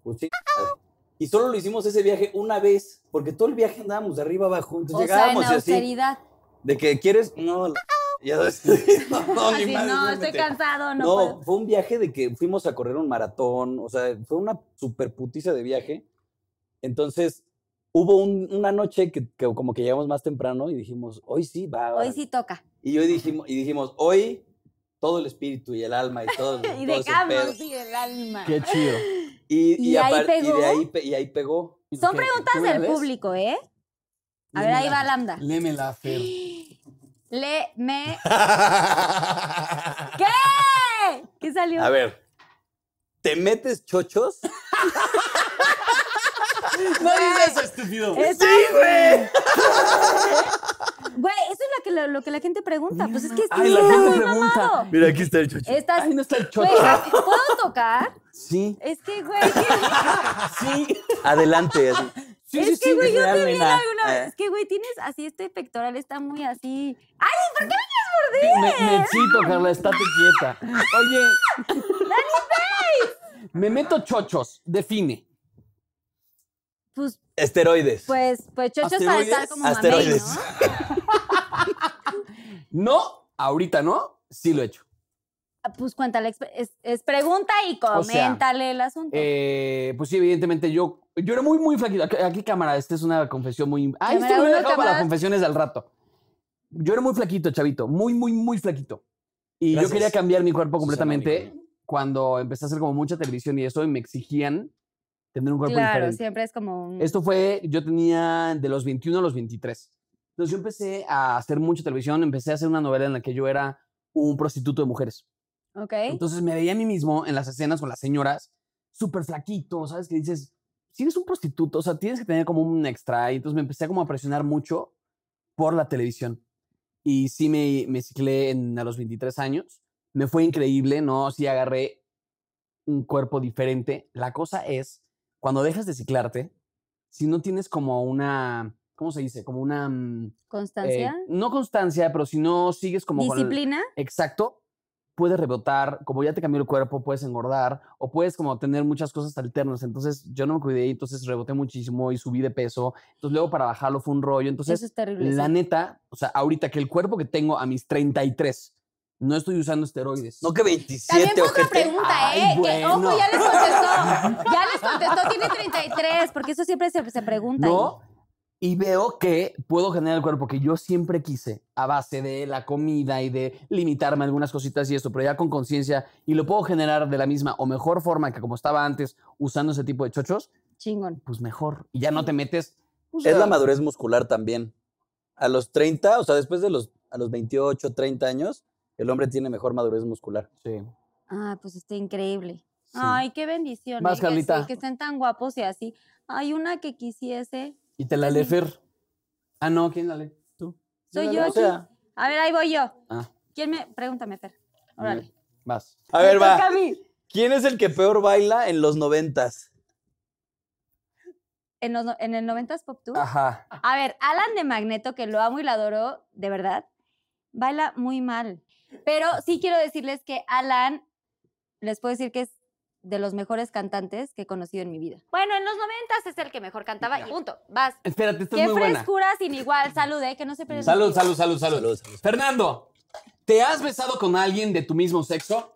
Pues sí, madre. Y solo lo hicimos ese viaje una vez, porque todo el viaje andábamos de arriba abajo, entonces
O sea, en
llegábamos y así.
austeridad.
De que quieres, no, la- ya sabes. No, no, ni
Así,
madres,
no, estoy
duérmete.
cansado, no,
No,
puedo.
fue un viaje de que fuimos a correr un maratón, o sea, fue una super putiza de viaje. Entonces, hubo un- una noche que, que como que llegamos más temprano y dijimos, hoy sí, va.
Hoy
órale".
sí toca.
Y hoy dijimos, y dijimos, hoy todo el espíritu y el alma y todo,
Y
todo ese pedo.
dejamos ir el alma.
Qué chido.
Y,
¿Y ahí
apar- Y,
pegó?
de ahí, pe- y ahí pegó.
Son
¿Qué?
preguntas
¿Tú la
del
lees?
público, ¿eh? A ver, ahí va Lambda.
Lémela, Fer.
Le, me.
A
¡Eh!
¿Qué? ¿Qué salió?
ver. ¿Te metes chochos?
No digas eso, estúpido.
¡Sí, güey! Güey, eso es lo que, la- lo que la gente pregunta. Pues es que
Ay, la
está
gente
muy
pregunta.
mamado.
Mira, aquí está el chocho.
Estás.
Ay, no está el
Güey,
chocho.
¿puedo tocar?
Sí.
Es que, güey, que-
Sí.
Adelante. así.
Sí,
es
sí,
que,
sí,
güey, yo
real,
te vi
nena.
alguna vez.
Eh.
Es que, güey, tienes así, este pectoral está muy así. ¡Ay, ¿por qué me
Me,
quieres morder?
me excito, Carla, estate quieta. Oye. Me meto chochos, define.
Pues,
Esteroides.
pues, pues, chochos para
Asteroides.
estar como mamey,
Asteroides.
¿no?
No, ahorita no, sí lo he hecho.
Ah, Pues cuéntale, exp- es, es pregunta y coméntale el asunto.
Eh, pues sí, evidentemente yo, yo era muy, muy flaquito. Aquí, aquí, cámara, esta es una confesión muy... Ah, esto
Cámara
lo voy a
uno,
dejar para
cámara
las
dos.
confesiones al rato. Yo era muy flaquito, chavito. Muy, muy, muy flaquito. Y
Gracias.
yo quería cambiar mi cuerpo completamente
Susana,
cuando empecé a hacer como mucha televisión y eso, y me exigían tener un cuerpo
claro,
diferente.
siempre es como un...
Esto fue, yo tenía de los 21 a los 23. Entonces yo empecé a hacer mucha televisión, empecé a hacer una novela en la que yo era un prostituto de mujeres.
¿Ok?
Entonces me veía a mí mismo en las escenas con las señoras, súper flaquito, ¿sabes? Que dices, si eres un prostituto, o sea, tienes que tener como un extra. Y entonces me empecé como a presionar mucho por la televisión. Y sí me, me ciclé en, a los 23 años. Me fue increíble, ¿no? Sí agarré un cuerpo diferente. La cosa es, cuando dejas de ciclarte, si no tienes como una, ¿cómo se dice? Como una... mm, eh,
Constancia.
no constancia, pero si no sigues como... con-
Disciplina.
exacto, puedes rebotar, como ya te cambió el cuerpo, puedes engordar o puedes como tener muchas cosas alternas. Entonces yo no me cuidé y entonces reboté muchísimo y subí de peso. Entonces luego para bajarlo fue un rollo. Entonces,
Eso es terrible.
la
sí.
neta, o sea, ahorita que el cuerpo que tengo a mis 33, no estoy usando esteroides.
No que
También
27,
fue una
ojete.
pregunta,
Ay,
¿eh? Que,
bueno.
ojo, ya les contestó. Ya les contestó, tiene 33, porque eso siempre se, se pregunta.
No, Y veo que puedo generar el cuerpo que yo siempre quise a base de la comida y de limitarme a algunas cositas y esto, pero ya con conciencia y lo puedo generar de la misma o mejor forma que como estaba antes usando ese tipo de chochos,
Chingón.
pues mejor. Y ya no te metes. o
Pues
sea,
Es la madurez muscular también. A los 30, o sea, después de los, a los 28, 30 años, el hombre tiene mejor madurez muscular.
Sí.
Ah, pues está increíble. Ay, qué bendición.
Vas,
¿eh? que, sí,
Carlita.
que estén tan guapos y así. Hay una que quisiese.
Y te la
Sí.
lee Fer. Ah, no, ¿quién la lee? Tú.
Soy
la
yo
leo.
O sea,
A ver, ahí voy yo.
Ah.
¿Quién me...? Pregúntame, Fer. Órale.
Vas.
a
Me
ver,
toca
va.
a mí.
¿Quién es el que peor baila en los noventas?
En, los no- en el 90s Pop Tour.
Ajá.
A ver, Alan de Magneto, que lo amo y lo adoro, de verdad, baila muy mal. Pero sí quiero decirles que Alan, les puedo decir que es de los mejores cantantes que he conocido en mi vida. Bueno, en los noventas es el que mejor cantaba y punto. Vas.
Espérate, estás
Qué
muy buena.
frescura sin igual. Salud, eh, que no se pierda. el
Salud,
motivo.
salud, salud, salud,
Salud, salud, salud.
Fernando, ¿te has besado con alguien de tu mismo sexo?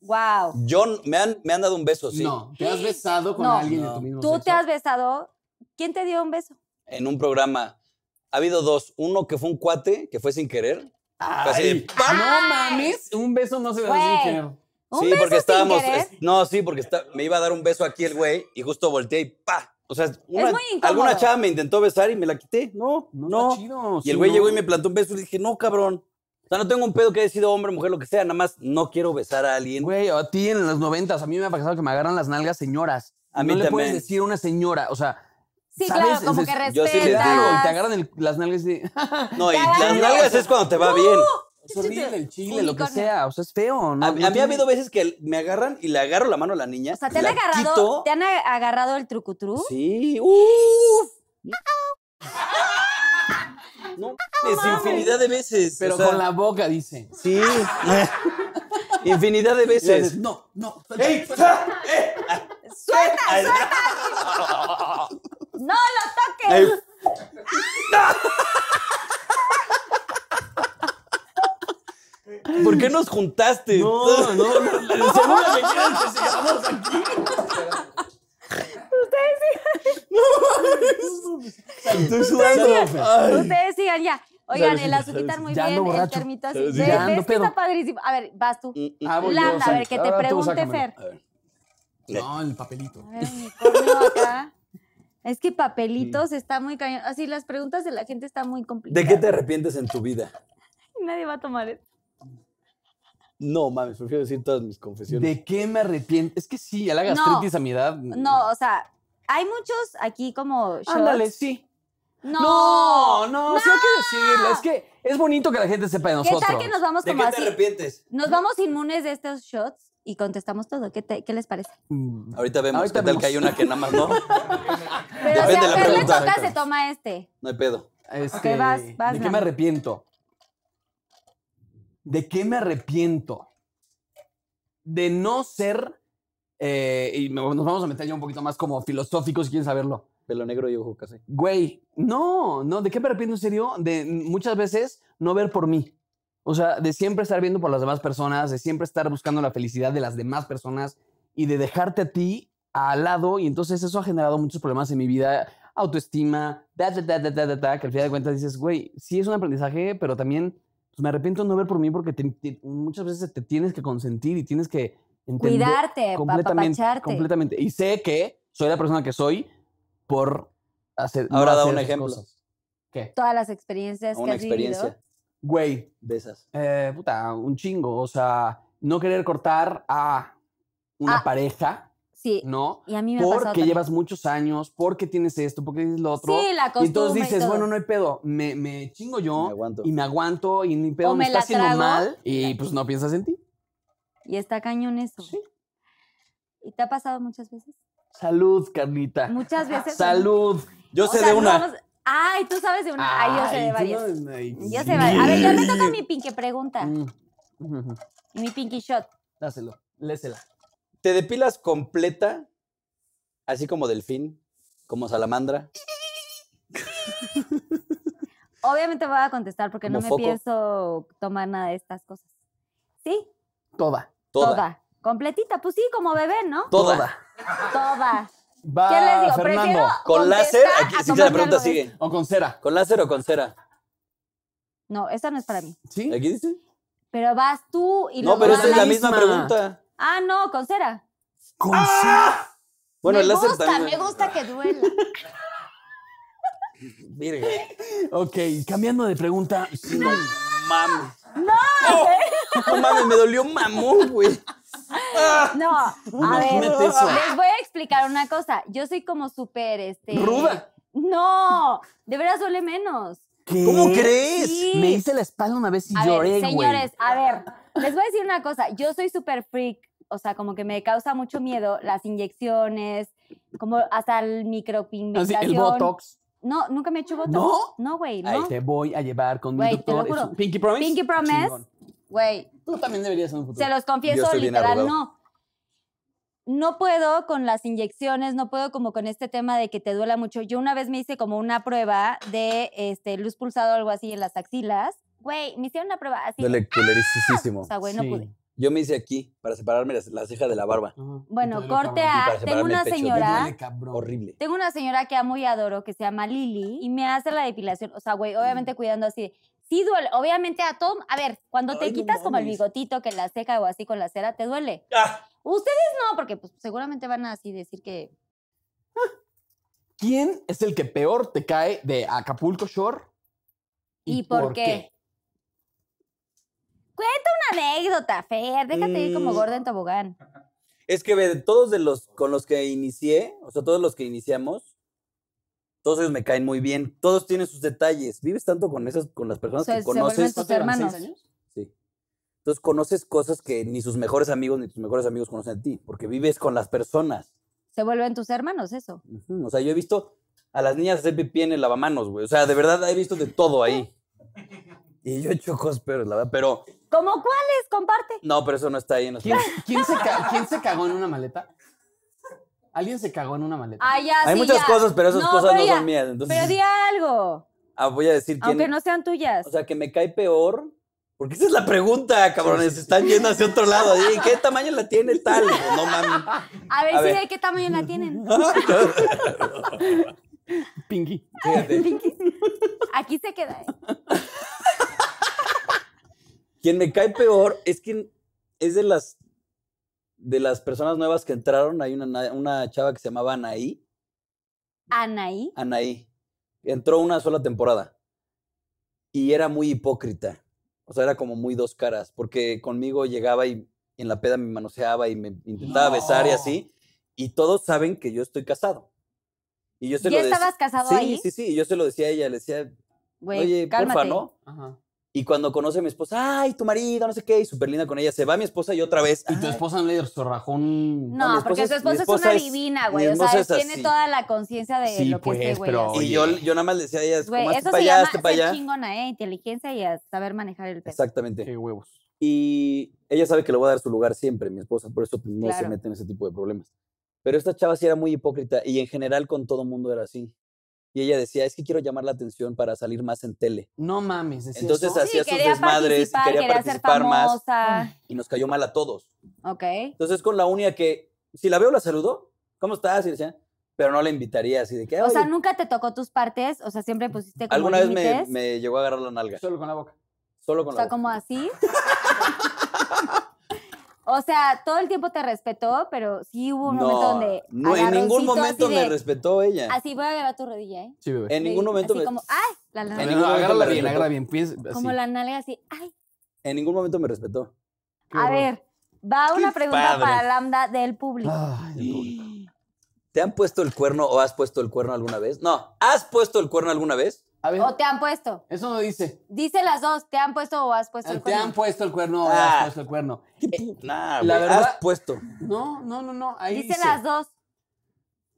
Wow.
John, me han, me han dado un beso, sí.
No. ¿Te has besado con
No.
alguien de
No.
tu mismo
Tú
sexo?
te has besado. ¿Quién te dio un beso?
En un programa. Ha habido dos. Uno que fue un cuate, que fue sin querer.
Ay,
Así de ¡pam!
No mames, un beso no se da
Güey.
así. creo.
Un
Sí,
beso
porque
sin
estábamos.
querer.
es- no, sí, porque está- me iba a dar un beso aquí el güey y justo volteé y ¡pa! O sea, una-
muy incómodo.
alguna chava me intentó besar y me la quité. No,
No,
no.
está chido.
Y el
sí,
güey
no.
llegó y me plantó un beso y le dije, no, cabrón. O sea, no tengo un pedo que haya sido hombre, mujer, lo que sea. Nada más no quiero besar a alguien.
Güey, a ti en los noventas, a mí me ha pasado que me agarran las nalgas señoras.
A mí
no le puedes
también.
decir una señora, o sea...
Sí,
¿sabes?
claro, como que
Entonces,
yo sí les digo,
respetas.
Claro, y te agarran el- las nalgas y... "Ah,
No, y
Te agarran
las
el-
nalgas es cuando te va bien.
Es horrible el chile, lo que
Unicornio.
sea. O sea, es feo, ¿no?
A, a
No
mí
tiene-
ha habido veces que me agarran y le agarro la mano a la niña.
O sea, ¿te han,
la
agarrado,
quito.
¿te han a- agarrado el trucutru?
Sí, uff. No, es infinidad de veces.
Pero
o sea,
con la boca, dice.
Sí. infinidad de
Y le haces,
veces.
No, no.
¡Ey!
¡Suelta,
Ay.
suelta! ¡No lo
Ey.
toques!
¿Por qué nos juntaste?
No, no, no. Seguro que quieren que sigamos aquí. Ustedes sí. No, estoy sudando.
Ustedes sigan ya. Oigan,
Sabes,
el azuquitar muy
Ya ando
bien, el
borracho.
termito así.
Sabes,
Ve-
ya ando
¿Ves que
pedo.
está padrísimo? A ver, vas tú.
Mm, mm.
Ah, voy yo,
Landa, a ver,
Sancho.
que te
Ahora tú,
pregunte,
sácamelo.
Fer.
A ver.
No, el papelito.
A ver, unicornio acá. Es que papelitos
Mm.
está muy cañón. Así las preguntas de la gente están muy complicadas.
¿De qué te arrepientes en tu vida?
Nadie va a tomar esto.
No, mames, prefiero decir todas mis confesiones.
¿De qué me arrepiento? Es que sí, a la
No.
gastritis a mi edad.
No, o sea, hay muchos aquí como shots.
Ándale, sí.
No.
No, no, sí hay que decirlo. Es que es bonito que la gente sepa de
¿Qué
nosotros.
tal que nos vamos
¿De
como
qué te
así?
arrepientes?
Nos vamos inmunes de estos shots y contestamos todo. ¿Qué, te- qué les parece?
Mm,
Ahorita vemos
Ahorita
qué tal
vemos.
que hay una que nada más no.
Pero
Depende
si
de
a
la
Fer le
pregunta.
toca, se toma este.
No hay pedo.
este,
vas, vas,
¿De qué
Nando.
me arrepiento? ¿De qué me arrepiento? De no ser. eh, y me- nos vamos a meter ya un poquito más como filosóficos si quieren saberlo.
Pelo negro y ojo casi.
Güey, no, no, ¿de qué me arrepiento en serio? De muchas veces no ver por mí. O sea, de siempre estar viendo por las demás personas, de siempre estar buscando la felicidad de las demás personas y de dejarte a ti al lado. Y entonces eso ha generado muchos problemas en mi vida, autoestima, da, da, da, da, da, da, da, que al final de cuentas dices, güey, sí es un aprendizaje, pero también pues, me arrepiento de no ver por mí porque te- te- muchas veces te tienes que consentir y tienes que entender
Cuidarte,
completamente,
apapacharte.
completamente. Y sé que soy la persona que soy por hacer. no
Ahora da
hacer
un
esas
ejemplo.
cosas. ¿Qué?
Todas las experiencias que
Una
has vivido.
experiencia
Güey,
de esas.
eh, puta, un chingo. O sea, no querer cortar a una
Ah.
pareja,
Sí.
¿no?
Y a mí me ha pasado
Porque
también.
llevas muchos años, porque tienes esto, porque tienes lo otro.
Sí, la
y
costumbre.
entonces
y
dices,
todo.
bueno, no hay pedo, me, me chingo yo
Me aguanto.
y me aguanto y ni pedo
O
me,
me
está
la
haciendo
trago.
mal y pues no piensas en ti.
Y está cañón eso.
Sí.
¿Y te ha pasado muchas veces?
Salud, Carlita.
Muchas veces.
Ah, Salud.
Yo
O
sé
sea,
de
no
una.
vamos- Ay, tú sabes de una. Ay, yo sé de varias. Yo sé de varias. A
varias.
ver, ya me toca mi pinky pregunta.
Mm.
Y mi pinky shot.
Dáselo, lésela.
¿Te depilas completa? Así como delfín, como salamandra.
Obviamente voy a contestar porque no
Como
me
foco.
pienso tomar nada de estas cosas. ¿Sí?
Toda.
Toda.
Completita. Pues sí, como bebé, ¿no?
Toda.
Toda.
Va,
¿Qué les digo?
Fernando.
Prefiero
Con
contestar
láser,
a
aquí sí que la
tomarme
pregunta
algo de-
sigue.
O con cera.
¿Con láser o con cera?
No, esa no es para mí.
¿Sí?
¿Aquí dice?
Pero vas tú y
No,
luego
pero
va
esa es la misma
misma.
pregunta.
Ah, no, con cera.
Con cera.
¡Ah! Bueno,
me
el láser
gusta,
también.
me gusta que duela.
Virga.
Ok, cambiando de pregunta. sí, no.
Mames. ¡No! No mames, me dolió mamón, güey.
No, a ver,
Imagínate eso.
les voy a explicar una cosa. Yo soy como súper, este...
Ruda.
No, de veras duele menos.
¿Qué?
¿Cómo crees?
Sí.
Me hice la espalda una vez y
A
lloré,
ver,
güey.
señores, a ver, les voy a decir una cosa. Yo soy súper freak, o sea, como que me causa mucho miedo las inyecciones, como hasta el
Así,
micropigmentación.
el Botox.
No, nunca me he hecho botox.
¿No?
No, güey,
Ahí
no.
te voy a llevar con mi
Güey, te lo
doctor.
juro.
Es un- Pinky Promise.
Pinky Promise.
Chingón.
Güey,
Tú también deberías en un futuro.
se los
Yo
confieso,
soy bien
literal,
arrugado.
no. No puedo con las inyecciones, no puedo como con este tema de que te duela mucho. Yo una vez me hice como una prueba de este, luz pulsado o algo así en las axilas. Güey, me hicieron una prueba así.
Duele
O
culerísimo.
sea, güey, no
Sí.
pude.
Yo me hice aquí para separarme las- la ceja de la barba.
Ajá.
Bueno,
Y te duele,
corte
cabrón.
a...
para
Tengo
separarme el
una
pecho.
Te
señora...
duele, cabrón.
Horrible.
Tengo una señora que amo y adoro que se llama Lili y me hace la depilación. O sea, güey, obviamente cuidando así. de- Sí duele, obviamente a todo. A ver, cuando te
Ay, no
quitas como el
mames.
bigotito que la ceja o así con la cera, te duele.
Ah.
Ustedes no, porque pues seguramente van a así decir que.
¿Quién es el que peor te cae de Acapulco Shore?
¿Y, por, qué? Cuenta una anécdota, Fer. Déjate ir como
Mm.
gorda en tobogán.
Es que ve, todos de los con los que inicié, o sea, todos los que iniciamos, todos ellos me caen muy bien. Todos tienen sus detalles. Vives tanto con esas, con las personas
Se-
que
se vuelven
conoces.
tus hermanos.
Sí. Entonces conoces cosas que ni sus mejores amigos ni tus mejores amigos conocen a ti, porque vives con las personas.
Se vuelven tus hermanos, eso.
Ujú, O sea, yo he visto a las niñas hacer pipí en el lavamanos, güey. O sea, de verdad he visto de todo ahí. Y yo he hecho cosas peores, la verdad. Pero,
¿Cómo cuáles? Comparte.
no, pero eso no está ahí en los
¿Quién, quién se ca- ¿Quién se cagó en una maleta? ¿Alguien se cagó en una maleta?
Ah, ya,
Hay
sí,
muchas
ya.
cosas, pero esas cosas
pero
no
ya.
son mías. Entonces,
Pero di algo,
ah, voy a decir quién.
aunque no sean tuyas.
O sea, que me cae peor. Porque esa es la pregunta, cabrones. Se están yendo hacia otro lado. Oye, ¿Qué tamaño la tiene tal? Pues, No mames.
a ver,
a
sí,
ver.
¿de qué tamaño la tienen?
Pinky.
Aquí se queda. ¿eh?
Quien me cae peor es quien es de las de las personas nuevas que entraron, hay una, na- una chava que se llamaba Anaí.
Anaí.
Anaí. Entró una sola temporada. Y era muy hipócrita. O sea, era como muy dos caras. Porque conmigo llegaba y en la peda me manoseaba y me intentaba besar y así. Y todos saben que yo estoy casado. Y yo se
¿Ya
lo decía-
estabas casado
sí,
ahí?
Sí, sí, Y yo se lo decía a ella. Le decía,
Güey,
oye, porfa,
cálmate.
¿no?
Ajá.
Y cuando conoce a mi esposa, ay, tu marido, no sé qué, y súper linda con ella. Se va mi esposa y otra vez.
Y tu
"Ay,
esposa no le zorrajó un.
No,
mi
porque
esposa
su
es- mi
esposa,
esposa
es
es-
una divina,
mi
güey. O sea,
esposa es
tiene
así.
toda la conciencia de
Sí,
lo que es
pues,
este güey.
pero-
así.
Y
Oye.
yo, yo nada más le decía a ella,
Güey,
como hazte
eso
para
se
allá,
llama
hazte
ser
para allá.
chingona, ¿eh? Inteligencia y a saber manejar el peso.
Exactamente.
Qué huevos.
Y ella sabe que le voy a dar su lugar siempre, mi esposa, por eso pues, no se
Claro.
mete en ese tipo de problemas. Pero esta chava sí era muy hipócrita y en general con todo mundo era así. Y ella decía, es que quiero llamar la atención para salir más en tele.
No mames. decía
Entonces,
eso.
así- hacía sus desmadres y quería participar más. Mm. Y nos cayó mal a todos.
Ok.
Entonces con la única que, si la veo, la saludo. ¿Cómo estás? Y decía, pero no la invitaría así de que,
O sea,
"Oye,
nunca te tocó tus partes, o sea, siempre pusiste como
alguna vez me,
límites,
me llegó a agarrar la nalga.
Solo con la boca.
Solo
o
con la
sea,
boca.
como así. o sea, todo el tiempo te respetó, pero sí hubo un momento donde
no, en ningún
agarroncito así
momento me
de,
respetó ella.
Así voy a agarrar tu rodilla, ¿eh?
Sí, bebé.
en ningún
Sí,
momento
así
me,
como, ay, la
en
nalga,
ningún momento
agárrala
me
bien,
respetó.
agárrala bien. Piensa, así.
como la nalga así, ay.
en ningún momento me respetó.
Qué
a
horror.
ver, va una pregunta
padre.
para Lambda del público.
Ay, el público.
¿Te han puesto el cuerno o has puesto el cuerno alguna vez? No, ¿has puesto el cuerno alguna vez?
A ver,
¿O te han puesto?
eso no dice.
Dice las dos, ¿te han puesto o has puesto el
Ah, Te han
cuerno?
puesto el cuerno, o
Ah.
has puesto el cuerno.
Nah,
la
güey,
verdad-
has puesto.
No, no, no, no. Ahí
Dice
dice.
las dos.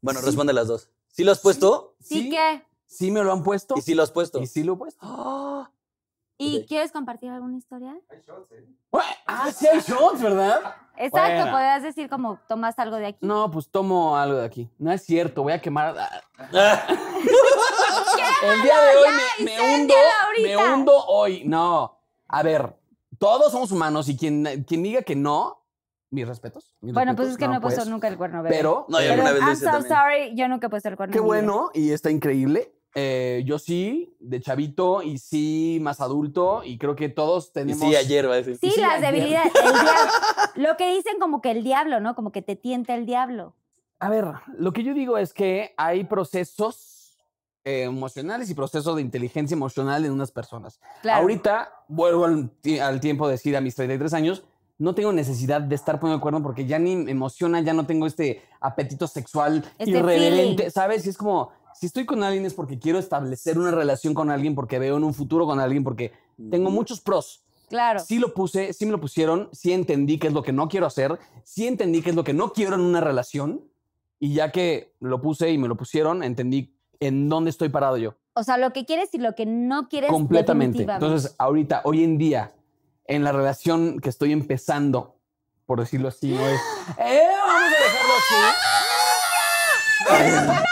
Bueno,
Sí.
responde las dos. ¿Sí lo has puesto?
Sí,
¿Sí?
que.
Sí me lo han puesto.
¿Y sí lo has puesto?
Y sí lo he puesto.
¿Y
Ok.
quieres compartir alguna historia?
Ah, sí hay shots, ¿verdad?
Exacto,
Bueno.
podrías decir como tomas algo de aquí.
No, pues tomo algo de aquí. No es cierto, voy a quemar. ah, El día de hoy me, me hundo. Me
ahorita.
hundo hoy. No. A ver, todos somos humanos y quien, quien diga que no, mis respetos. mis
Bueno, pues
respetos,
es que no, he puesto
pues.
nunca el cuerno, bebé.
Pero.
No, yo
Pero
alguna vez lo
I'm
hice
so
también.
sorry, yo nunca he puesto el cuerno.
Qué
en mi vida.
bueno y está increíble. Eh, yo sí, de chavito y sí, más adulto y creo que todos
Y
Ah, tenemos...
sí, ayer, va a decir.
Sí,
sí,
las
ayer.
debilidades. el diablo. Lo que dicen como que el diablo, ¿no? Como que te tienta el diablo.
A ver, lo que yo digo es que hay procesos eh, emocionales y procesos de inteligencia emocional en unas personas.
Claro.
Ahorita vuelvo al, ti- al tiempo de decir a mis 33 años, no tengo necesidad de estar poniendo el cuerno porque ya ni me emociona, ya no tengo este apetito sexual
Este
irreverente,
feeling.
¿sabes? Y es como, si estoy con alguien es porque quiero establecer una relación con alguien, porque veo en un futuro con alguien, porque tengo muchos pros.
Claro.
Sí lo puse, sí me lo pusieron, sí entendí qué es lo que no quiero hacer, sí entendí qué es lo que no quiero en una relación y ya que lo puse y me lo pusieron, entendí en dónde estoy parado yo
O sea, lo que quieres y lo que no quieres.
completamente.
definitivamente.
Entonces, ahorita, hoy en día, en la relación que estoy empezando, por decirlo así, no es... ¡Eh, vamos a dejarlo así!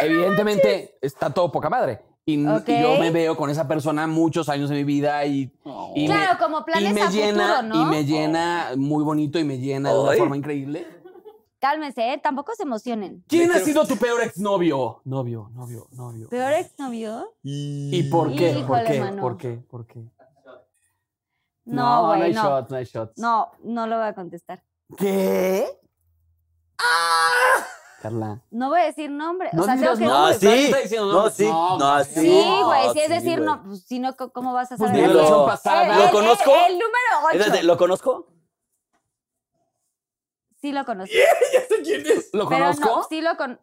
Evidentemente, está todo poca madre. Y, n- y
Ok.
yo me veo con esa persona muchos años de mi vida y... y me-
claro, como planes
y me
a
llena,
futuro, ¿no?
Y me llena muy bonito y me llena de una
Ay.
forma increíble.
Cálmense, ¿eh? Tampoco se emocionen.
¿Quién ha
creo-
sido tu peor exnovio? Novio, novio, novio.
¿Peor exnovio?
¿Y por qué? ¿Por
Híjole,
qué?
mano.
¿Por qué? ¿Por qué?
No,
no hay
güey, no.
shots, no hay shots.
No, no lo voy a contestar.
¿Qué? Carla.
No voy a decir nombre.
No
o sea, tengo
digas
que.
no,
No,
güey, pero
sí.
está diciendo
No,
nombres.
sí.
No,
No,
güey.
sí.
Sí, güey. Si
sí,
es decir,
güey.
no, pues si no, co- ¿cómo vas a
Pues
saber?
dilo.
el-
La sección
pasada.
el-
¿Lo
el-
conozco?
El, número 8.
Espérate, ¿Lo conozco?
Sí lo conozco.
Eh,
¿Lo
Pero
conozco?
no, sí lo con.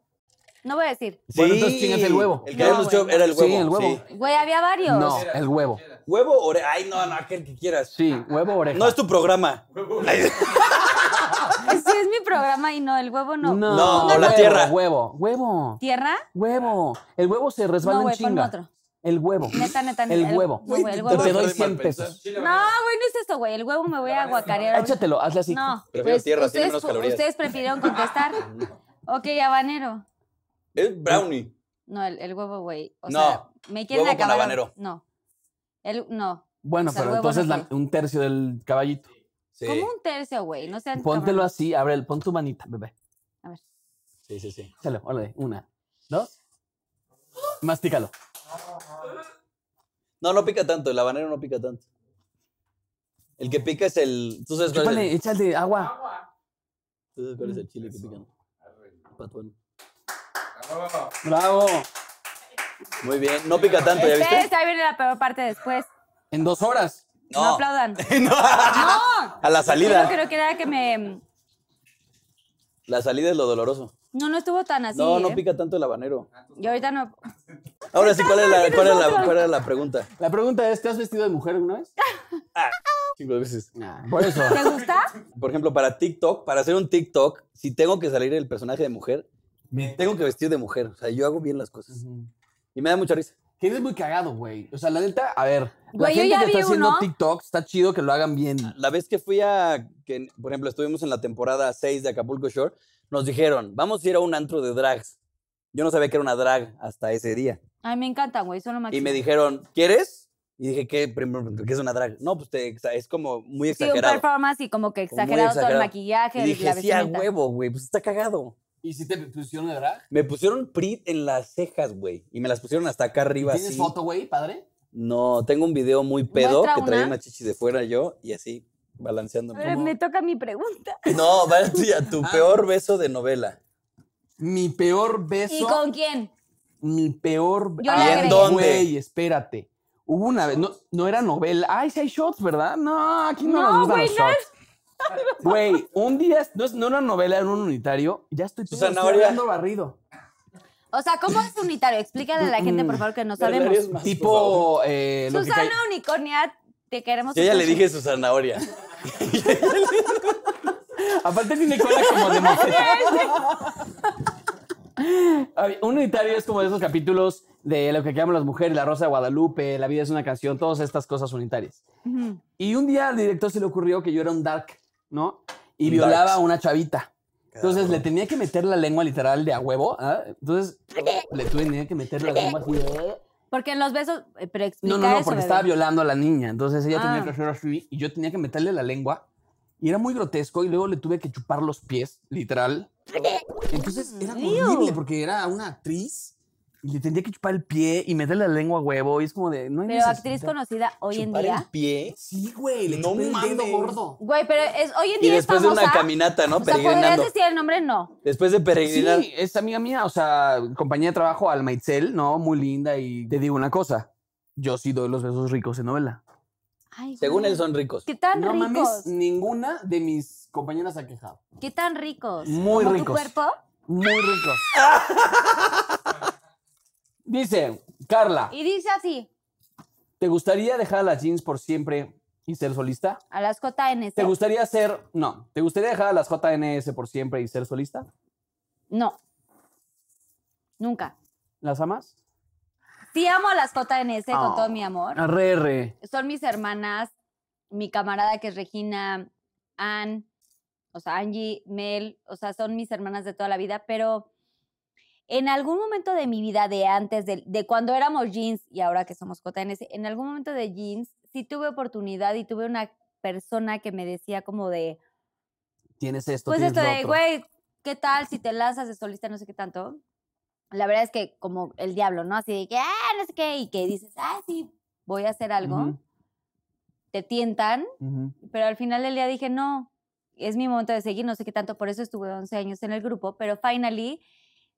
No voy a decir.
Bueno, entonces, chíngate el huevo.
El que
No,
había luchado
güey.
era el huevo.
Sí, el huevo.
Güey, había varios.
No, el huevo.
¿Huevo o oreja? Ay, no, no, aquel que quieras.
Sí, huevo oreja.
No es tu programa.
Sí, es mi programa y no, el huevo no.
No, la
huevo,
tierra.
Huevo, huevo,
¿Tierra?
huevo. El huevo se resbala
No,
en
güey, ponme
chinga.
otro.
El huevo.
Neta, neta, neta.
El
el-
huevo.
No, güey, el
Te
huevo.
Te
Te
No,
doy
doy
100
100
pesos.
pesos.
güey, no es eso, güey. El huevo me voy a aguacarear. ahorita.
Échatelo, hazle así.
No. pues,
Prefiero tierra, tiene
ustedes,
menos calorías.
ustedes prefirieron contestar. ok, habanero.
Es brownie.
No, el, el huevo, güey. O
No,
sea, me quieren
huevo con
acabar.
habanero.
No. El, no.
Bueno,
O sea,
pero
el huevo
entonces
no
la-
fue.
un tercio del caballito.
Sí.
Como un tercio, güey. No sean.
Póntelo
cabrones.
así, abre, el- pon tu manita, bebé.
A ver.
Sí, sí, sí.
Échalo, órale, una, dos. Mastícalo.
No, no pica tanto. El habanero no pica tanto. El que pica es el. ¿Tú sabes cuál es el-
Chúpale, échale agua.
Entonces, ¿cuál es el chile que pican? Patuano.
Bravo.
¡Bravo! Muy bien. No pica tanto, ¿ya viste?
Ustedes ahí viene la peor parte después.
En dos horas.
No,
No.
aplaudan.
No.
¡No!
A la
Yo
salida.
creo que era que me.
La salida es lo doloroso.
No, no estuvo tan así.
No, no
¿eh?
pica tanto el habanero.
Y ahorita no.
Ahora sí, ¿cuál es la, cuál es la, cuál es la pregunta?
La pregunta es, ¿te has vestido de mujer alguna vez?
Cinco veces.
Por eso.
¿Te gusta?
Por ejemplo, para TikTok, para hacer un TikTok, si tengo que salir el personaje de mujer, me tengo que vestir de mujer. O sea, yo hago bien las cosas. Y me da mucha risa.
Que eres muy cagado, güey. O sea, la neta, a ver, la
Güey, yo
gente
ya
que está
vi
haciendo
uno.
TikToks, está chido que lo hagan bien.
La vez que fui a, que, por ejemplo, estuvimos en la temporada 6 de Acapulco Shore, nos dijeron, vamos a ir a un antro de drags. Yo no sabía que era una drag hasta ese día.
Ay, me encanta, güey. Son lo máximo.
Y me dijeron, ¿quieres? Y dije, ¿qué, Primero, ¿qué es una drag? No, pues te exa- es como muy
Sí, un
exagerado.
performance y como que
Como muy
exagerado, todo el
exagerado.
maquillaje,
y
el- la
dije, sí, a
vestimenta.
huevo, güey, pues está cagado.
¿Y si te pusieron de drag?
Me pusieron PRIT en las cejas, güey. Y me las pusieron hasta acá arriba.
¿Tienes
así.
foto, güey, padre?
No, tengo un video muy pedo
Muestra
que traía
una.
una chichi de fuera yo y así
A
balanceándome. Ah.
ver, me toca mi pregunta.
No, va a tu, a tu peor beso de novela.
Mi peor beso.
¿Y con quién?
Mi peor
Yo
Ah,
le agregué.
¿Dónde?
Güey, espérate. Hubo una vez, no, no era novela. Ay, sí hay shots, ¿verdad? No, aquí
No,
no, nos gustan
güey,
los
no.
shots. Güey, un día, no, es- no era novela, era un unitario. Ya estoy todo
Susana
estoy
Oria.
hablando barrido.
O sea, ¿cómo es unitario? Explícale a la gente, por favor, que
Mm,
no sabemos.
Hilarios más, por favor.
Tipo, eh, lo que
Susana
cae-
Unicornia, te queremos.
Yo ya le
escuchar.
dije su zanahoria.
Aparte tiene cola como de mofeta. A ver, Un unitario es como de esos capítulos de lo que quedamos las mujeres, La Rosa de Guadalupe, La vida es una canción, todas estas cosas unitarias.
Ujú.
Y un día al director se le ocurrió que yo era un dark, ¿no? Y
Un
violaba
darks.
a una chavita. Entonces
Cabrón.
le tenía que meter la lengua literal de a huevo. ¿ah? Entonces le tenía que meter la lengua así de-
Porque en los besos. eh, Pero explica
No, no, no,
eso,
porque
bebé.
estaba violando a la niña. Entonces ella
Ah.
tenía que hacer así y yo tenía que meterle la lengua. Y era muy grotesco y luego le tuve que chupar los pies, literal. Entonces era
Ew.
horrible porque era una actriz y le tenía que chupar el pie y meterle la lengua a huevo. Y es como de. No hay
Pero
necesidad.
actriz conocida hoy en
Chupar el
día.
pie.
Sí, güey, le
No
chupé el dedo
mames.
gordo.
Güey, pero es, hoy en
Y
día es
después de
famosa.
una caminata, ¿no?
o sea, ¿podrías
Peregrinando.
decir el nombre? No.
Después de peregrinar.
Sí, es amiga mía, o sea, compañía de trabajo, Alma Itzel, ¿no? Muy linda y te digo una cosa, yo sí doy los besos ricos en novela.
Ay,
Según
güey.
él son ricos.
Qué tan
no
ricos.
mames, ninguna de mis compañeras ha quejado.
Qué tan ricos.
Muy
¿Como
ricos.
tu cuerpo?
Muy ricos. Dice, Carla,
Y dice así,
¿te gustaría dejar las jeans por siempre y ser solista?
a las JNS.
¿Te gustaría ser, no, ¿te gustaría dejar las JNS por siempre y ser solista?
No. Nunca.
¿Las amas?
Sí amo a las JNS con
Oh.
todo mi amor.
Arre,
Son mis hermanas, mi camarada que es Regina, Ann, o sea, Angie, Mel, o sea, son mis hermanas de toda la vida, pero en algún momento de mi vida, de antes, de, de cuando éramos jeans y ahora que somos JNS, en algún momento de jeans sí tuve oportunidad y tuve una persona que me decía como de,
tienes esto,
Pues
tienes
esto
lo
de,
otro.
güey, ¿qué tal si te lanzas de solista no sé qué tanto? La verdad es que como el diablo, ¿no? Así de que, ah, no sé qué, y que dices, ah, sí, voy a hacer algo.
Ujú,
Te tientan,
ujú.
pero al final del día dije, no, es mi momento de seguir, no sé qué tanto, por eso estuve 11 años en el grupo, pero finally,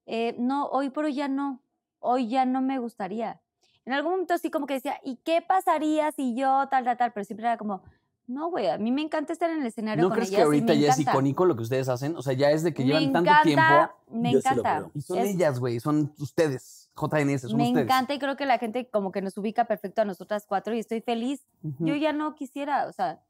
eh, no, hoy por hoy ya no, hoy ya no me gustaría. En algún momento sí como que decía, ¿y qué pasaría si yo tal, tal, tal? Pero siempre era como, no, güey, a mí me encanta estar en el escenario
¿No
con
crees que
ellas y me
ahorita ya es
encanta".
icónico lo que ustedes hacen? O sea, ya es de que
me
llevan tanto
encanta,
tiempo.
Me
Yo sí lo
encanta.
creo.
Y son
Es-
ellas, güey, son ustedes, JNS, son
me
ustedes.
encanta y creo que la gente como que nos ubica perfecto a nosotras cuatro y estoy feliz.
Ujú.
Yo ya no quisiera, o sea,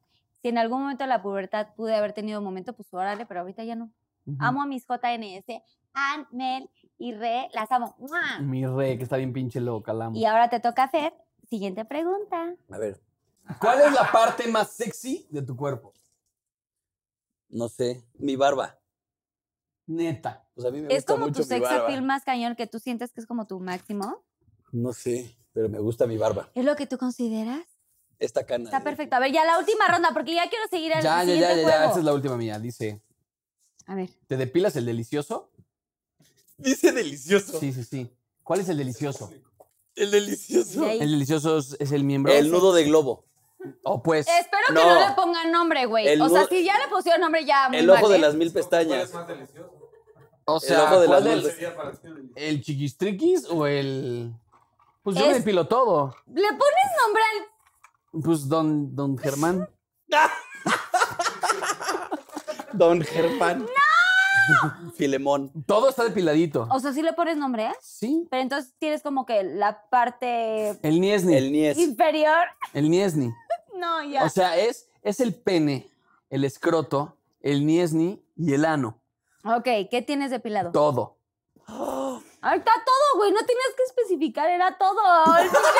si en algún momento de la pubertad pude haber tenido un momento, pues órale, pero ahorita ya no.
Ujú.
Amo a mis JNS, Ann, Mel y Re, las amo. ¡Mua!
Mi rey, que está bien pinche loca, la amo.
Y ahora te toca Fer. Siguiente pregunta.
A ver,
¿Cuál es la parte más sexy de tu cuerpo?
no sé. Mi barba.
Neta.
Pues a mí me
¿Es
gusta
como
mucho
tu
mi
sex appeal
barba.
más cañón que tú sientes que es como tu máximo?
No sé, pero me gusta mi barba.
¿Es lo que tú consideras?
Esta cana.
Está perfecto. A ver, ya la última ronda porque ya quiero seguir
Ya,
al
ya, ya,
siguiente
ya, ya,
juego.
esa es la última mía. Dice,
A ver.
¿te depilas el delicioso?
Dice delicioso.
Sí, sí, sí. ¿Cuál es el delicioso?
El delicioso.
de ahí.
El delicioso es, es el miembro.
El nudo de globo.
Oh, pues.
Espero que
No.
no le pongan nombre, güey.
El
O sea,
mo-
si ya le pusieron nombre, ya muy
El ojo
mal,
de
¿eh?
las mil pestañas.
¿Cuál es más delicioso?
O sea,
ojo de
¿cuál
las
del-
luces.
Sería para ti delicioso.
¿El chiquistriquis o el...? Pues yo
Es-
me depilo todo.
Le pones nombre al...
Pues don, don Germán.
Don Germán. Filemón.
Todo está depiladito.
O sea, sí le pones nombre, ¿eh?
Sí.
Pero entonces tienes como que la parte
El niesni.
El
El,
Nies.
inferior.
niesni.
No, ya.
O sea, es, es el pene, el escroto, el niesni y el ano.
ok, ¿qué tienes depilado?
Todo.
Ahí está todo, güey. No tenías que especificar, era todo.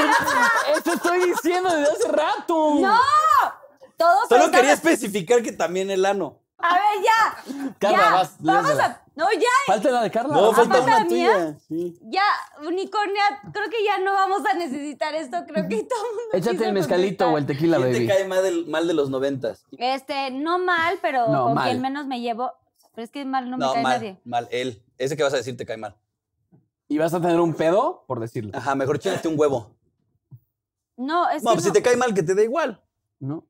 Eso estoy diciendo desde hace rato.
¡No! Todo
Solo
faltaba-
quería especificar que también el ano.
A ver, ya.
Carla,
ya.
vas,
Vamos
léela.
a. No, ya,
Falta la de Carla.
No, falta
Ah, ¿falta
una
la mía?
tuya. Sí.
ya, unicornia. Creo que ya no vamos a necesitar esto. Creo que todo el mundo.
Échate
quiso
el mezcalito
contestar.
o el tequila,
¿Quién te
baby.
cae mal del- mal de los noventas?
Este, no mal, pero
No,
con
mal.
quien menos me llevo. Pero es que mal no me
No,
cae
mal,
nadie.
mal, él. Ese que vas a decir te cae mal.
Y vas a tener un pedo, por decirlo.
Ajá, mejor chínate un huevo.
No, es
No,
que.
pues
no.
si te cae mal, que te dé igual.
¿No?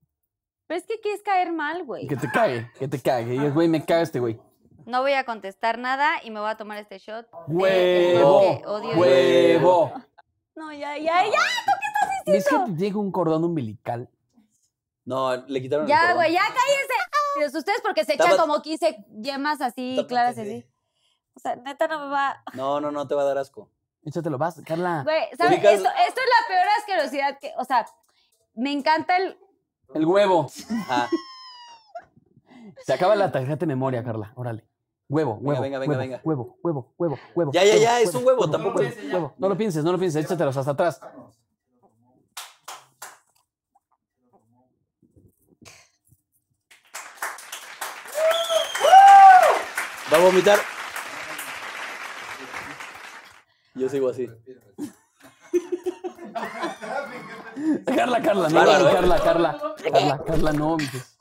Pero es que quieres caer mal, güey.
Que te cague, que te cague. Y digas, güey, me caga este güey.
Eh,
No voy a contestar nada y me voy a tomar este shot. de- del
Huevo.
juego que odio.
Huevo.
No, ya, ya, ya.
¿Ves que te llega un cordón umbilical?
No, le quitaron el
Ya,
cordón.
güey, ya cállense. Ustedes porque se echan
Tapa-
como 15 yemas así,
Tápate,
claras
sí.
así. O sea, neta no me va.
No, no, no te va a dar asco.
Échatelo, vas, Carla.
Güey, ¿sabes?
Ubicas-
Esto, esto es la peor asquerosidad que. O sea, me encanta el.
El huevo.
Ajá.
Se acaba la tarjeta de memoria, Carla. Órale. Huevo, huevo.
venga, venga,
huevo,
venga.
Huevo, huevo, huevo, huevo.
Ya, ya, ya, es un huevo, tampoco-
Huevo, huevo. No lo pienses, no lo pienses. Échatelos hasta atrás.
Va a vomitar. Yo sigo así.
Carla, Carla, no,
Bárbaro, ¿eh?
Carla, Carla, Carla, Carla, no, mijes.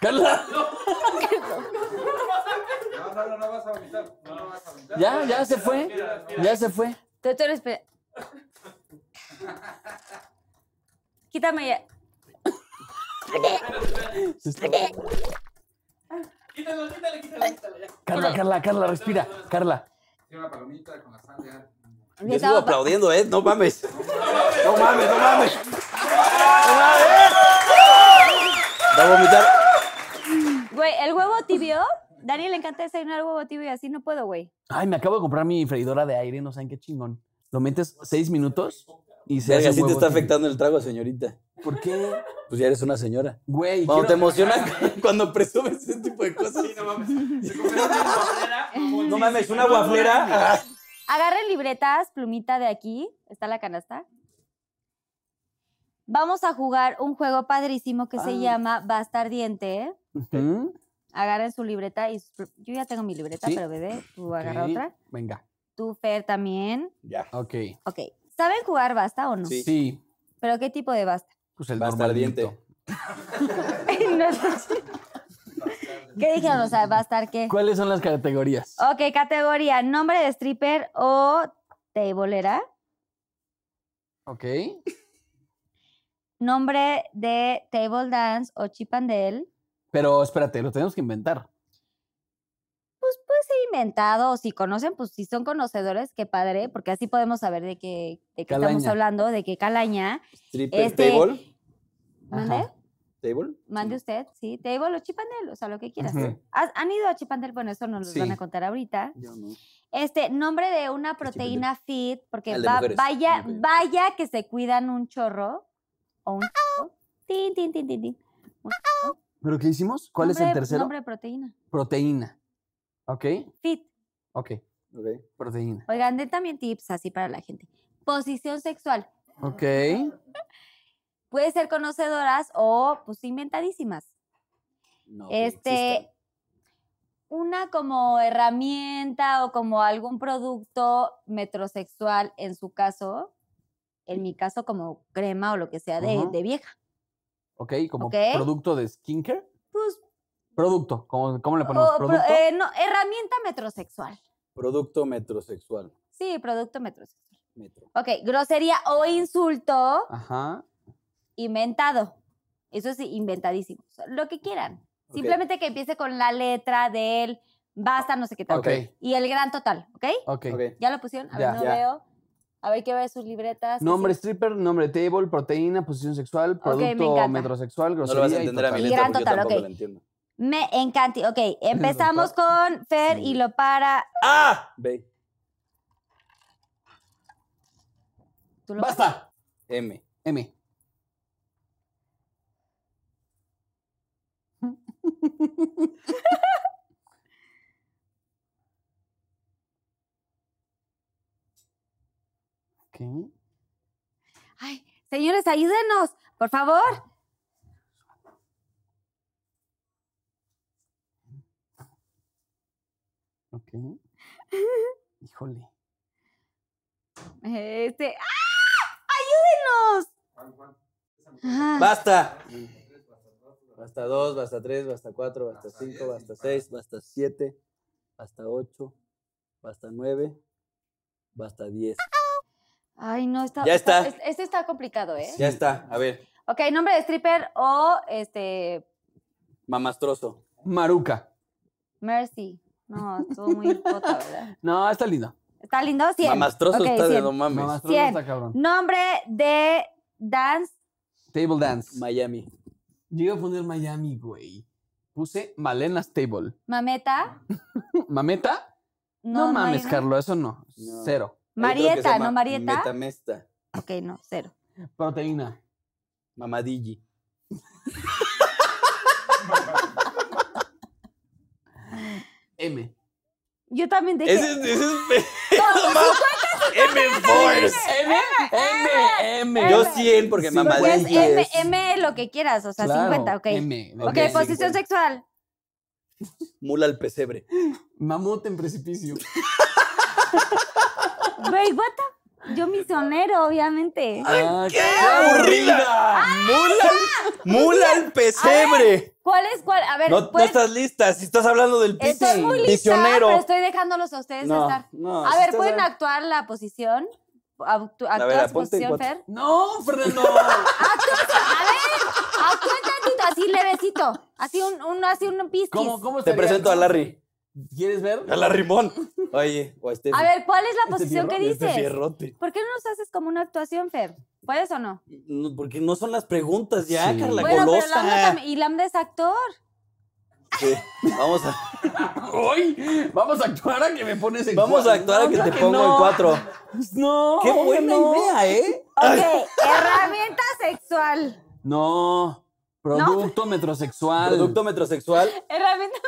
Carla,
No, no, no, no vas a vomitar. No, no vas a vomitar.
ya, ya se fue, ya se fue.
Tú, tú eres pe- Quítame ya.
Se está- Carla, Carla, Carla, respira, Carla.
Tiene una palomita con la sal ya.
Yo sigo aplaudiendo, ¿eh? No mames. No mames, no mames. No mames. Va a vomitar.
Güey, el huevo tibio. Dani le encanta desayunar huevo tibio y así no puedo, güey.
Ay, me acabo de comprar mi freidora de aire, no saben qué chingón. Lo metes seis minutos y se hace
Verga, sí te
huevo
está
tibio.
afectando el trago, señorita.
¿Por qué?
Pues ya eres una señora.
Güey,
Cuando
quiero-
te emociona, cuando presumes ese tipo de cosas. No mames, una guaflera. Ah,
Agarren libretas, plumita de aquí. Está la canasta. Vamos a jugar un juego padrísimo que
Ah.
se llama Bastardiente.
Ujú,
Agarren su libreta y sus pl- yo ya tengo mi libreta,
Sí.
pero bebé, tú agarra
ok,
otra.
Venga,
Tú, Fer, también.
Ya.
ok.
Ok. ¿Saben jugar basta o no?
Sí.
Sí,
¿Pero qué tipo de basta?
pues el
Bastardiente.
normalito.
No sé. ¿Qué dijeron? O sea, bastar qué.
¿Cuáles son las categorías?
Ok, categoría, nombre de stripper o teibolera. Oh.
Ok.
Nombre de table dance o chipandel.
Pero espérate, lo tenemos que inventar.
Pues puede ser inventado, o si conocen, pues si son conocedores, qué padre, porque así podemos saber de qué, de qué estamos
Calaña.
hablando, de qué calaña.
Stripper.
Este-
Table.
¿Mande?
Ajá.
Table.
Mande usted, sí, te digo lo chipandel, o sea, lo que quieras.
Ujú.
¿Has- ¿Han ido a chipandel? Bueno, eso nos lo van a
Sí.
contar ahorita.
Yo no.
Este, nombre de una
Chipandel.
proteína fit, porque
Ah,
El de
va-
mujeres,
vaya,
ok.
vaya que se cuidan un chorro o un chorro. Tin, tin, tin, tin, tin. Un chorro.
¿Pero qué hicimos? ¿Cuál es el
Nombre-
tercero?
Nombre de proteína,
Proteína. ¿Ok?
fit.
Ok.
Ok.
Proteína.
Oigan, den también tips así para la gente. Posición sexual.
Ok.
Ah. Puede ser conocedoras o pues inventadísimas.
No, que
Este,
existan.
una como herramienta o como algún producto metrosexual, en su caso, en mi caso como crema o lo que sea de,
Ujú.
de vieja.
Ok, como
Ok.
producto de skincare.
Pues,
Producto. ¿Cómo, cómo le ponemos?
o pues, eh, pro-
producto.
eh, no, herramienta metrosexual.
Producto metrosexual.
Sí, producto metrosexual.
metro.
Ok, grosería o insulto
Ajá.
inventado. Eso es inventadísimo. O sea, Lo que quieran.
Ok.
Simplemente que empiece con la letra del basta, no sé qué tal.
Ok.
Y el gran total, ¿ok?
Ok.
Ok.
¿Ya lo pusieron? A
Ya.
ver, no
Ya.
veo. A ver, ¿qué ver sus libretas? que
Nombre
sí.
stripper, nombre table, proteína, posición sexual,
me
producto
encanta.
metrosexual,
No
grosería
lo vas a
y
entender a mi
total.
letra
Gran
porque yo
total,
tampoco
ok.
la entiendo.
Me encanta. Ok, empezamos con Fer y lo para.
¡Ah! B.
¿Tú lo paras?
¡Basta!
M.
M. ¿Qué?
Ay, señores, ayúdenos, por favor.
Ok. Híjole.
Este. ¡Ah! ¡Ayúdenos!
¿Cuál, cuál?
Ah,
Basta. Basta 2, basta 3, basta 4, basta 5, basta 6, basta 7, basta 8, basta 9, basta 10.
Ay, no, está.
Ya
es-
está.
Este está complicado, ¿eh?
Ya está. A ver,
Ok, nombre de stripper o este.
mamastroso.
Maruca.
Mercy. No, estuvo muy pota, ¿verdad?
No, está lindo.
Está lindo, 100.
Mamastroso
Ok,
está de
100.
no mames.
Mamá,
Cien.
está cabrón.
Nombre de dance.
Table dance.
Miami.
Yo iba a poner Miami, güey. Puse Malena's Table.
Mameta.
¿Mameta? No,
No, hay
mames,
una.
Carlos, eso no.
No.
Cero.
Hay otro que se
Marieta,
llama
¿no? Marieta.
Metamesta.
Ok, no, cero.
Proteína.
Mamadigi.
M.
Yo también dije.
Ese es. Ese es M-Force.
M, M, M.
Yo 100 porque
Sí,
Pues
mamadigi
M,
es.
M lo que quieras, o sea,
Claro,
50, ok.
M.
ok, pues-
Ok, 50.
posición sexual.
Mula al pesebre.
Mamut en precipicio.
Güey, what the- Yo misionero, obviamente.
Ah,
¡Qué aburrida!
¡Ah!
¡Mula, al- mula al pesebre!
¿Cuál es cuál? A ver,
No, no
pues,
estás lista. Si estás hablando del piso,
estoy muy lista,
misionero.
pero estoy dejándolos a ustedes
No,
estar.
no,
a
si
ver,
estás
¿pueden
a-
actuar la posición? Actu-
A ver,
¿Actúas
aponte
posición,
cuatro.
Fer?
No, Fernando.
A ver, actúa tantito, así levecito. Así un, un, así un pisquis.
¿Cómo, cómo
Te
estaría?
presento a Larry.
¿Quieres ver?
A Larry Mon. Oye, o a Steffi.
A ver, ¿cuál es la
Este
posición que
fierro,
Este
dices?
fierrote.
¿Por qué no nos haces como una actuación, Fer? ¿Puedes o no?
No, porque no son las preguntas ya,
Sí.
Carla
bueno, pero
Golosa.
Lambda también. Y Lambda es actor.
Sí, Vamos a,
Hoy vamos a actuar a que me pones en
vamos a
cuatro.
actuar a que
No,
te
claro
pongo
no.
en cuatro.
No.
Qué buena
no.
idea, ¿eh?
Ok, herramienta sexual.
No. Producto metrosexual.
Producto metrosexual.
Herramienta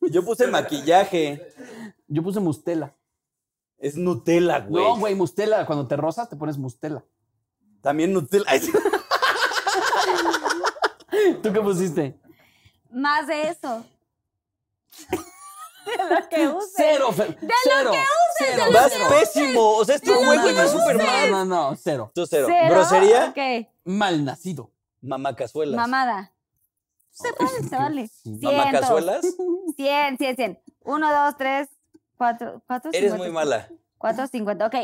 Yo puse maquillaje.
Yo puse mustela.
Es Nutella, güey.
No, güey, mustela. Cuando te rozas, te pones mustela.
También Nutella. Ay, sí.
¿Tú qué pusiste?
más de eso. De lo que uses.
Cero, Fer. De cero, lo que uses, cero,
Vas
cero.
pésimo. O sea, este
No,
hueco
no,
está
no,
súper mal.
No, no, no, cero.
Tú cero.
Cero,
Grosería,
Ok,
Malnacido.
mamacazuelas.
mamada. Se puede, se vale.
sí.
Cientos.
Mamacazuelas.
100, 100, 100. 1, 2, 3, 4, 4, 50.
Eres muy mala.
4, 50. Ok,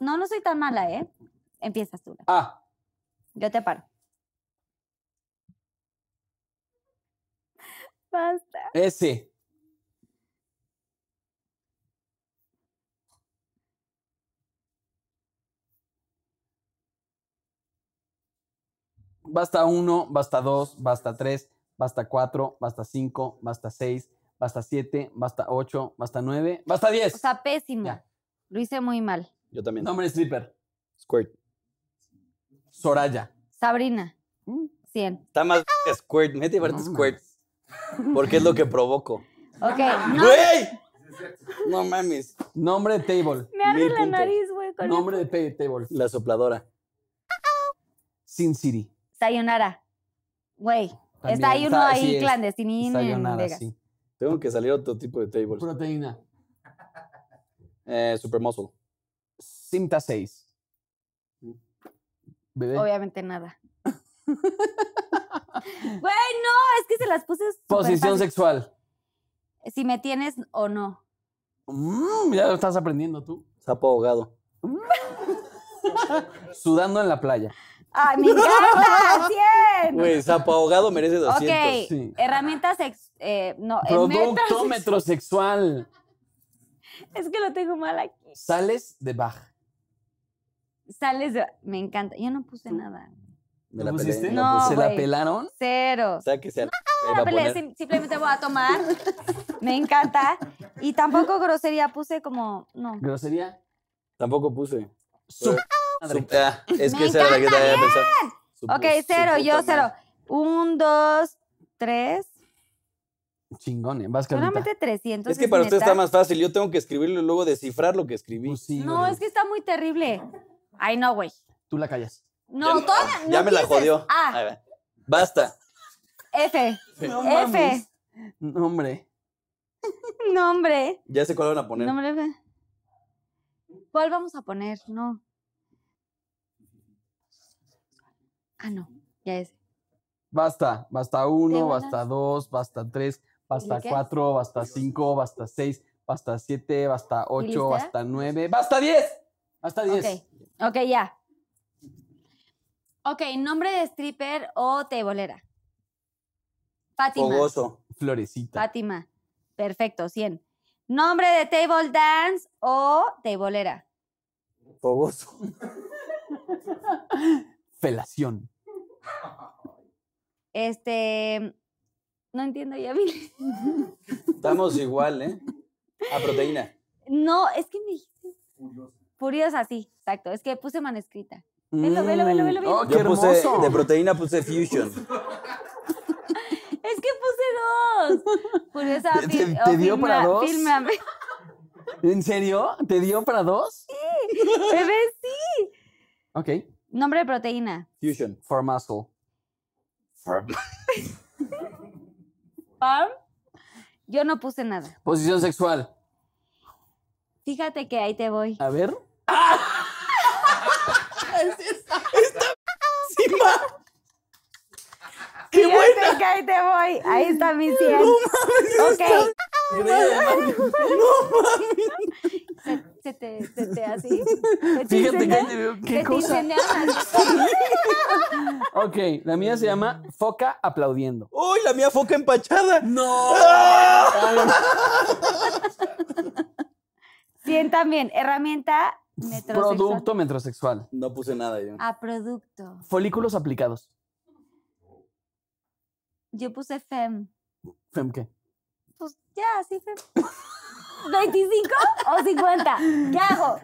no, no soy tan mala, ¿eh? Empiezas tú. Lau.
Ah,
Yo te paro. Basta.
ese. Basta uno, basta dos, basta tres, basta cuatro, basta cinco, basta seis, basta siete, basta ocho, basta nueve, basta diez.
O sea, pésimo.
Ya.
Lo hice muy mal.
Yo también.
Nombre stripper.
Squirt.
Soraya.
Sabrina,
Mm.
100.
Está más que Squirt. Mete parte
No
Squirt. Porque es lo que provoco.
Ok, no.
¡Güey! No mames.
Nombre de table.
Me arde
Mil
la
puntos.
nariz, güey, con
Nombre de ta- table.
La sopladora.
Sin City.
Sayonara. Güey, está
También,
ahí uno
sa-
ahí
sí es,
clandestino en
Sayonara,
Vegas.
sí.
Tengo que salir otro tipo de tables.
Proteína.
Eh, super muscle.
Cinta 6.
Mm.
Bebé.
Obviamente nada. Güey, no, es que se las puse súper
Posición
fácil.
sexual.
Si me tienes o no.
Mm, ya lo estás aprendiendo tú.
Sapo ahogado.
Sudando en la playa.
¡Ay, me encanta! ¡Cien!
Güey, sapo ahogado merece 200.
Ok,
sí.
herramientas ex- eh, no, eh,
Producto
metas-
metrosexual.
Es que lo tengo mal aquí.
Sales de Bach.
Sales de. Me encanta. Yo no puse nada.
Me
¿Lo
la pelé,
pusiste?
me
No,
la
¿Se
puse.
la
güey.
pelaron?
Cero.
O sea, que sea. eh,
No la peleé, sim- simplemente voy a tomar. Me encanta. Y tampoco grosería, puse como. No.
Grosería.
Tampoco puse.
Su-
Su- ah, es
Me
que esa era la que te había pensado. Su-
Ok,
su
cero,
puta
yo cero.
madre.
Un, dos, tres.
Chingón, ¿eh? vas Carlita.
Solamente 300.
Es que para usted está más fácil. Yo tengo que escribirlo y luego descifrar lo que escribí.
Pues sí,
No,
güey.
es que está muy terrible. Ay, no, güey.
Tú la callas.
No,
ya,
todavía no
ya me la
empieces.
jodió. Ahí
Ah,
va. Basta.
F.
No
F.
mames. No, hombre.
No, hombre.
Ya sé cuál van a poner.
No, hombre. F. ¿Cuál vamos a poner? No. Ah, no. Ya es.
Basta, basta
De
uno,
buenas.
basta dos, basta tres, basta
qué?
cuatro, basta cinco, basta seis, basta siete, basta ocho,
lista?
basta nueve, basta diez, basta diez.
Ok, ok, ya. Ok, nombre de stripper o tebolera. Fátima.
Fogoso.
Florecita.
Fátima. Perfecto, 100. Nombre de table dance o tebolera.
Fogoso.
Felación.
Este. No entiendo ya, Mili.
Estamos igual, ¿eh? A proteína.
No, es que me dijiste
Furioso.
furiosa, sí, exacto. Es que puse manuscrita. Velo, velo, velo, velo,
Mm,
velo.
oh, qué
Yo puse,
hermoso.
de proteína puse fusion.
Es que puse dos. Furiosa.
¿Te- te-
fil-
te
o
dio para
filma-
dos?
fílmame.
¿En serio? ¿Te dio para dos?
Bebé, sí.
Ok.
Nombre de proteína.
Fusion.
For muscle.
Farm. Yo no puse nada.
Posición sexual.
Fíjate que ahí te voy.
A ver.
¡Qué Fíjate que ahí te voy. Ahí está mi 100. ok. Se, se te, se te así. se te
Fíjate que
incendian,
te veo.
se
¿Qué
te
cosa?
incendian las-
Ok, la mía se llama Foca aplaudiendo.
¡Uy, la mía foca empachada!
¡No!
100 también. Herramienta metrosexual.
Producto metrosexual.
No puse nada yo.
A producto.
Folículos aplicados.
Yo puse fem.
Femke.
Pues ya, así fem. ¿25 o 50? ¿Qué hago?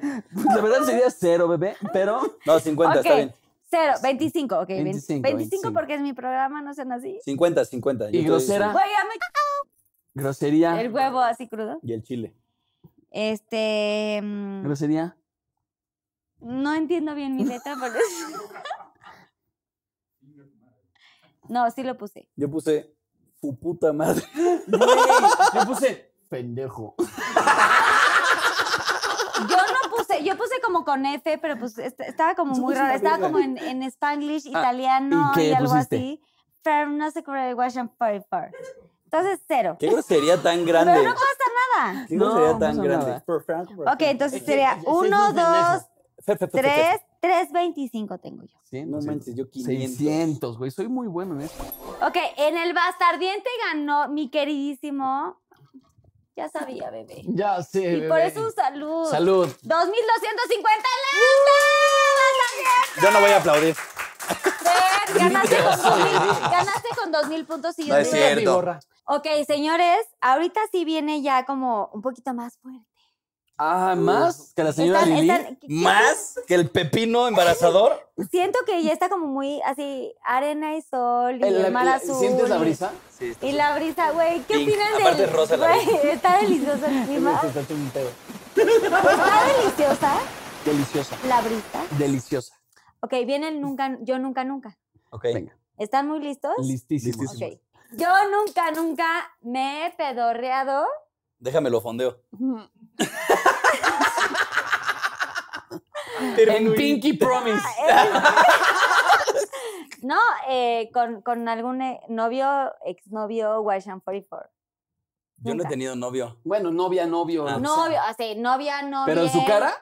La verdad sería cero, bebé, pero
No, 50,
Ok,
está bien.
Cero, 25, ok. 25, 25
25, 25.
porque es mi programa, no sean así.
50, 50. Yo
Y
te doy
grosera.
Güey, ya me
Ah. grosería.
el huevo así crudo.
50. Y el chile.
Este. mm,
Grosería.
No entiendo bien mi letra, por eso. No, sí lo puse.
Yo puse su puta madre.
Yo puse pendejo.
Yo no puse, yo puse como con F, pero pues est- estaba como muy raro. Estaba como en, en
Ah,
spanglish, italiano
¿y
y,
qué
algo
pusiste?
así. Firm, no sé cómo Washington Paper. Entonces, cero.
¡Qué grosería tan grande!
Pero no pasa nada.
¡Qué
No,
grosería
no
tan
pasa
grande!
nada.
Ok, entonces sería 1, 2,
Fe, fe, fe, fe, fe.
3, 3, 25 tengo yo.
No manches, yo 500.
600, pues, güey. Soy muy bueno en esto.
Ok, en el bastardiente ganó mi queridísimo. Ya sabía, bebé.
Ya sé.
Y por eso un salud.
Salud.
2250 lentes.
Yo no voy a aplaudir.
¡Uh!
Fer, Ganaste con, 2000, ganaste con 2000 puntos y yo
No es
te-
cierto.
Mi gorra.
Ok, señores, ahorita sí viene ya como un poquito más fuerte.
Ah, más que la señora
Están-
Lili.
están- que- que-
¿Más que el pepino embarazador?
Siento que ya está como muy así, arena y sol y el,
El- la-
mar
la-
azul.
¿Sientes la
y-
brisa?
Sí.
Y la brisa, güey, ¿qué
Pink.
opinan del...?
Aparte es rosa la
güey, Está delicioso el clima. Está deliciosa ¿eh?
Deliciosa.
la brisa.
Deliciosa.
Ok, vienen nunca, yo nunca, nunca.
Ok.
Venga.
¿Están muy listos?
Listísimo.
Ok. Yo nunca, nunca me he pedorreado.
Déjame lo fondeo.
En Pinky Promise.
Ah, No, eh, con, con algún eh, novio, exnovio, Washington 44.
Yo no he
Nunca.
tenido novio.
Bueno, novia, novio.
Ah,
o sea.
Novio, así, novia, novia.
Pero en su cara,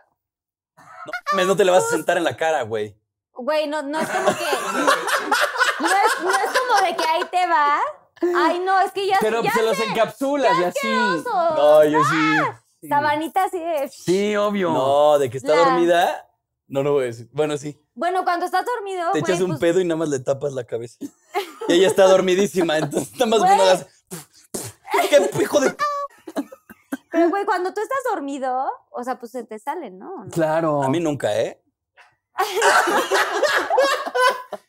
mames, no te le vas a sentar en la cara, güey.
Güey, no, no es como que. No es, no es como de que ahí te va. Ay, no, es que ya.
Pero
ya
se los
sé,
encapsulas y así.
oso.
No, yo sí.
Sabanita así de.
Sí, obvio.
No, de que está
Ah, La-
dormida. No, no voy a decir. Bueno, sí.
Bueno, cuando estás dormido.
Te
güey,
echas un
pues,
pedo y nada más le tapas la cabeza. Y ella está dormidísima, entonces nada más bueno,
Güey.
das. ¡Qué hijo de. Ah.
Pero, güey, cuando tú estás dormido, o sea, pues se te salen, ¿no? ¿O no?
Claro.
A mí nunca, ¿eh?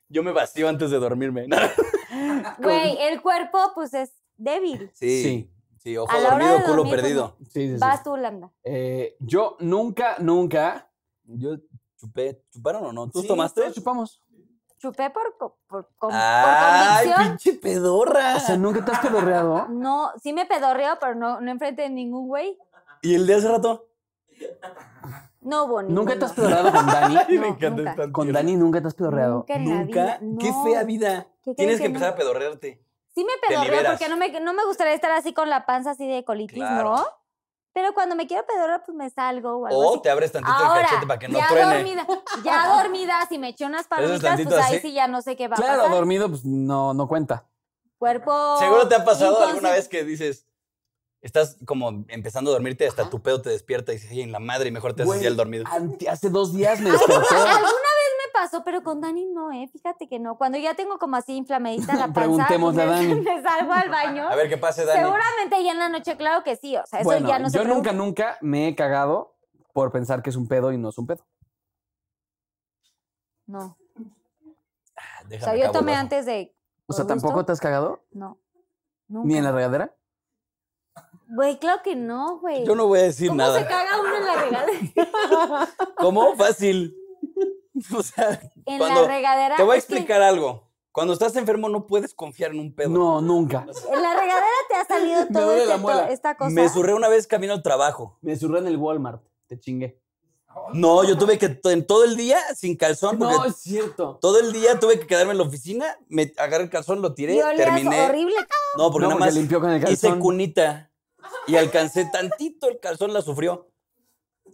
Yo me vacío antes de dormirme.
Güey, el cuerpo, pues es débil.
Sí.
Sí.
Sí, ojo
A la hora de
dormido, culo
dormir, pues,
perdido.
Sí, sí, sí.
Vas tú, Landa.
Eh, yo nunca, nunca.
Yo chupé. ¿Chuparon o no? ¿Tú
Sí,
tomaste?
todos Chupamos.
Chupé por, co- por, con- por
¡Ay,
convicción.
pinche pedorra!
O sea, nunca te has pedorreado.
Ah, No, sí me pedorreo, pero no, no enfrente de ningún güey.
¿Y el de hace rato?
No, bonito.
Nunca te has pedorreado con Dani.
No, nunca.
estar
Con Dani nunca te has pedorreado.
Nunca en la vida,
Nunca. Qué
no.
fea vida.
¿Qué crees
Tienes que
que
empezar
no?
a pedorrearte.
Sí me pedorreo
liberas.
porque no me, no me gustaría estar así con la panza así de colitis,
Claro.
¿no? Pero cuando me quiero pedorrear, pues me salgo o algo
O
así.
te abres tantito el
Ahora,
cachete para que no
ya
truene.
dormida, ya dormida, si me eché unas palomitas,
tantito
pues ahí
así.
sí ya no sé qué va a
Claro,
pasar.
dormido, pues no, no cuenta.
Cuerpo.
Seguro te ha pasado alguna
inconsci-
vez que dices, estás como empezando a dormirte, hasta
Ajá.
tu pedo te despierta y dices, ay, en la madre, y mejor te haces
Güey,
ya el dormido.
ante- hace dos días me desperté.
Ah, Alguna vez me pasó, pero con Dani no, ¿eh? Fíjate que no. Cuando ya tengo como así inflamadita la panza.
Preguntémosle a
me-
Dani.
Me salgo al baño.
A ver qué pase, Dani.
Seguramente ya en la noche, claro que sí. O sea, eso
bueno,
ya no se
yo nunca,
pregunta.
nunca me he cagado por pensar que es un pedo y no es un pedo.
No. O
Déjame
sea, yo
acabo el
tomé
vaso.
antes de.
O sea,
por gusto.
¿tampoco te has cagado?
No.
¿Ni en
Nunca.
la regadera?
Güey, claro que no, güey.
Yo no voy a decir
¿Cómo se
nada.
caga uno en la regadera?
¿Cómo? Fácil. O sea,
En
Cuando-
la regadera.
te voy a
es que
explicar algo. Cuando estás enfermo no puedes confiar en un pedo.
No, nunca.
en la regadera te ha salido
Me
todo
duele
este
la
to-
muela.
esta cosa.
Me surré una vez camino al trabajo.
Me surré en el Walmart. Te chingué.
No, yo tuve que to- en todo el día sin calzón.
No,
porque
es cierto.
Todo el día tuve que quedarme en la oficina, me agarré el calzón, lo tiré,
y olías
terminé.
horrible.
No, porque
No,
nada más
porque limpió con el
hice
calzón.
cunita y alcancé tantito el calzón, la sufrió.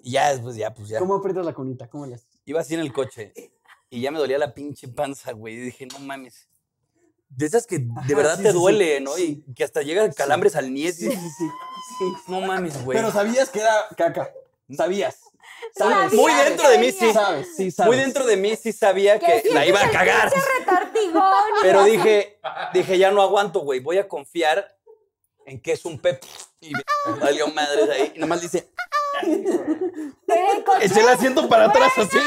Y ya, después, ya, pues ya.
¿Cómo aprietas la conita? ¿Cómo le haces?
Iba así en el coche y ya me dolía la pinche panza, güey. Y dije, no mames. De esas que de verdad
sí,
te
sí,
duele,
sí,
¿no?
sí.
Y que hasta llega calambres al niés. y-
sí, sí. sí.
No mames, güey.
Pero sabías que era caca. Sabías.
Sabía
Sabes.
Muy
que
dentro de mí,
venía.
sí.
Sabes, sí, sabes.
Muy dentro de mí sí sabía
Que
que la
sientes
iba a
el
cagar.
pinche retortigón.
Pero dije, dije, ya no aguanto, güey. Voy a confiar en que es un pep. Y me valió madres ahí. Y nomás dice,
En el coche.
eché el asiento para atrás así.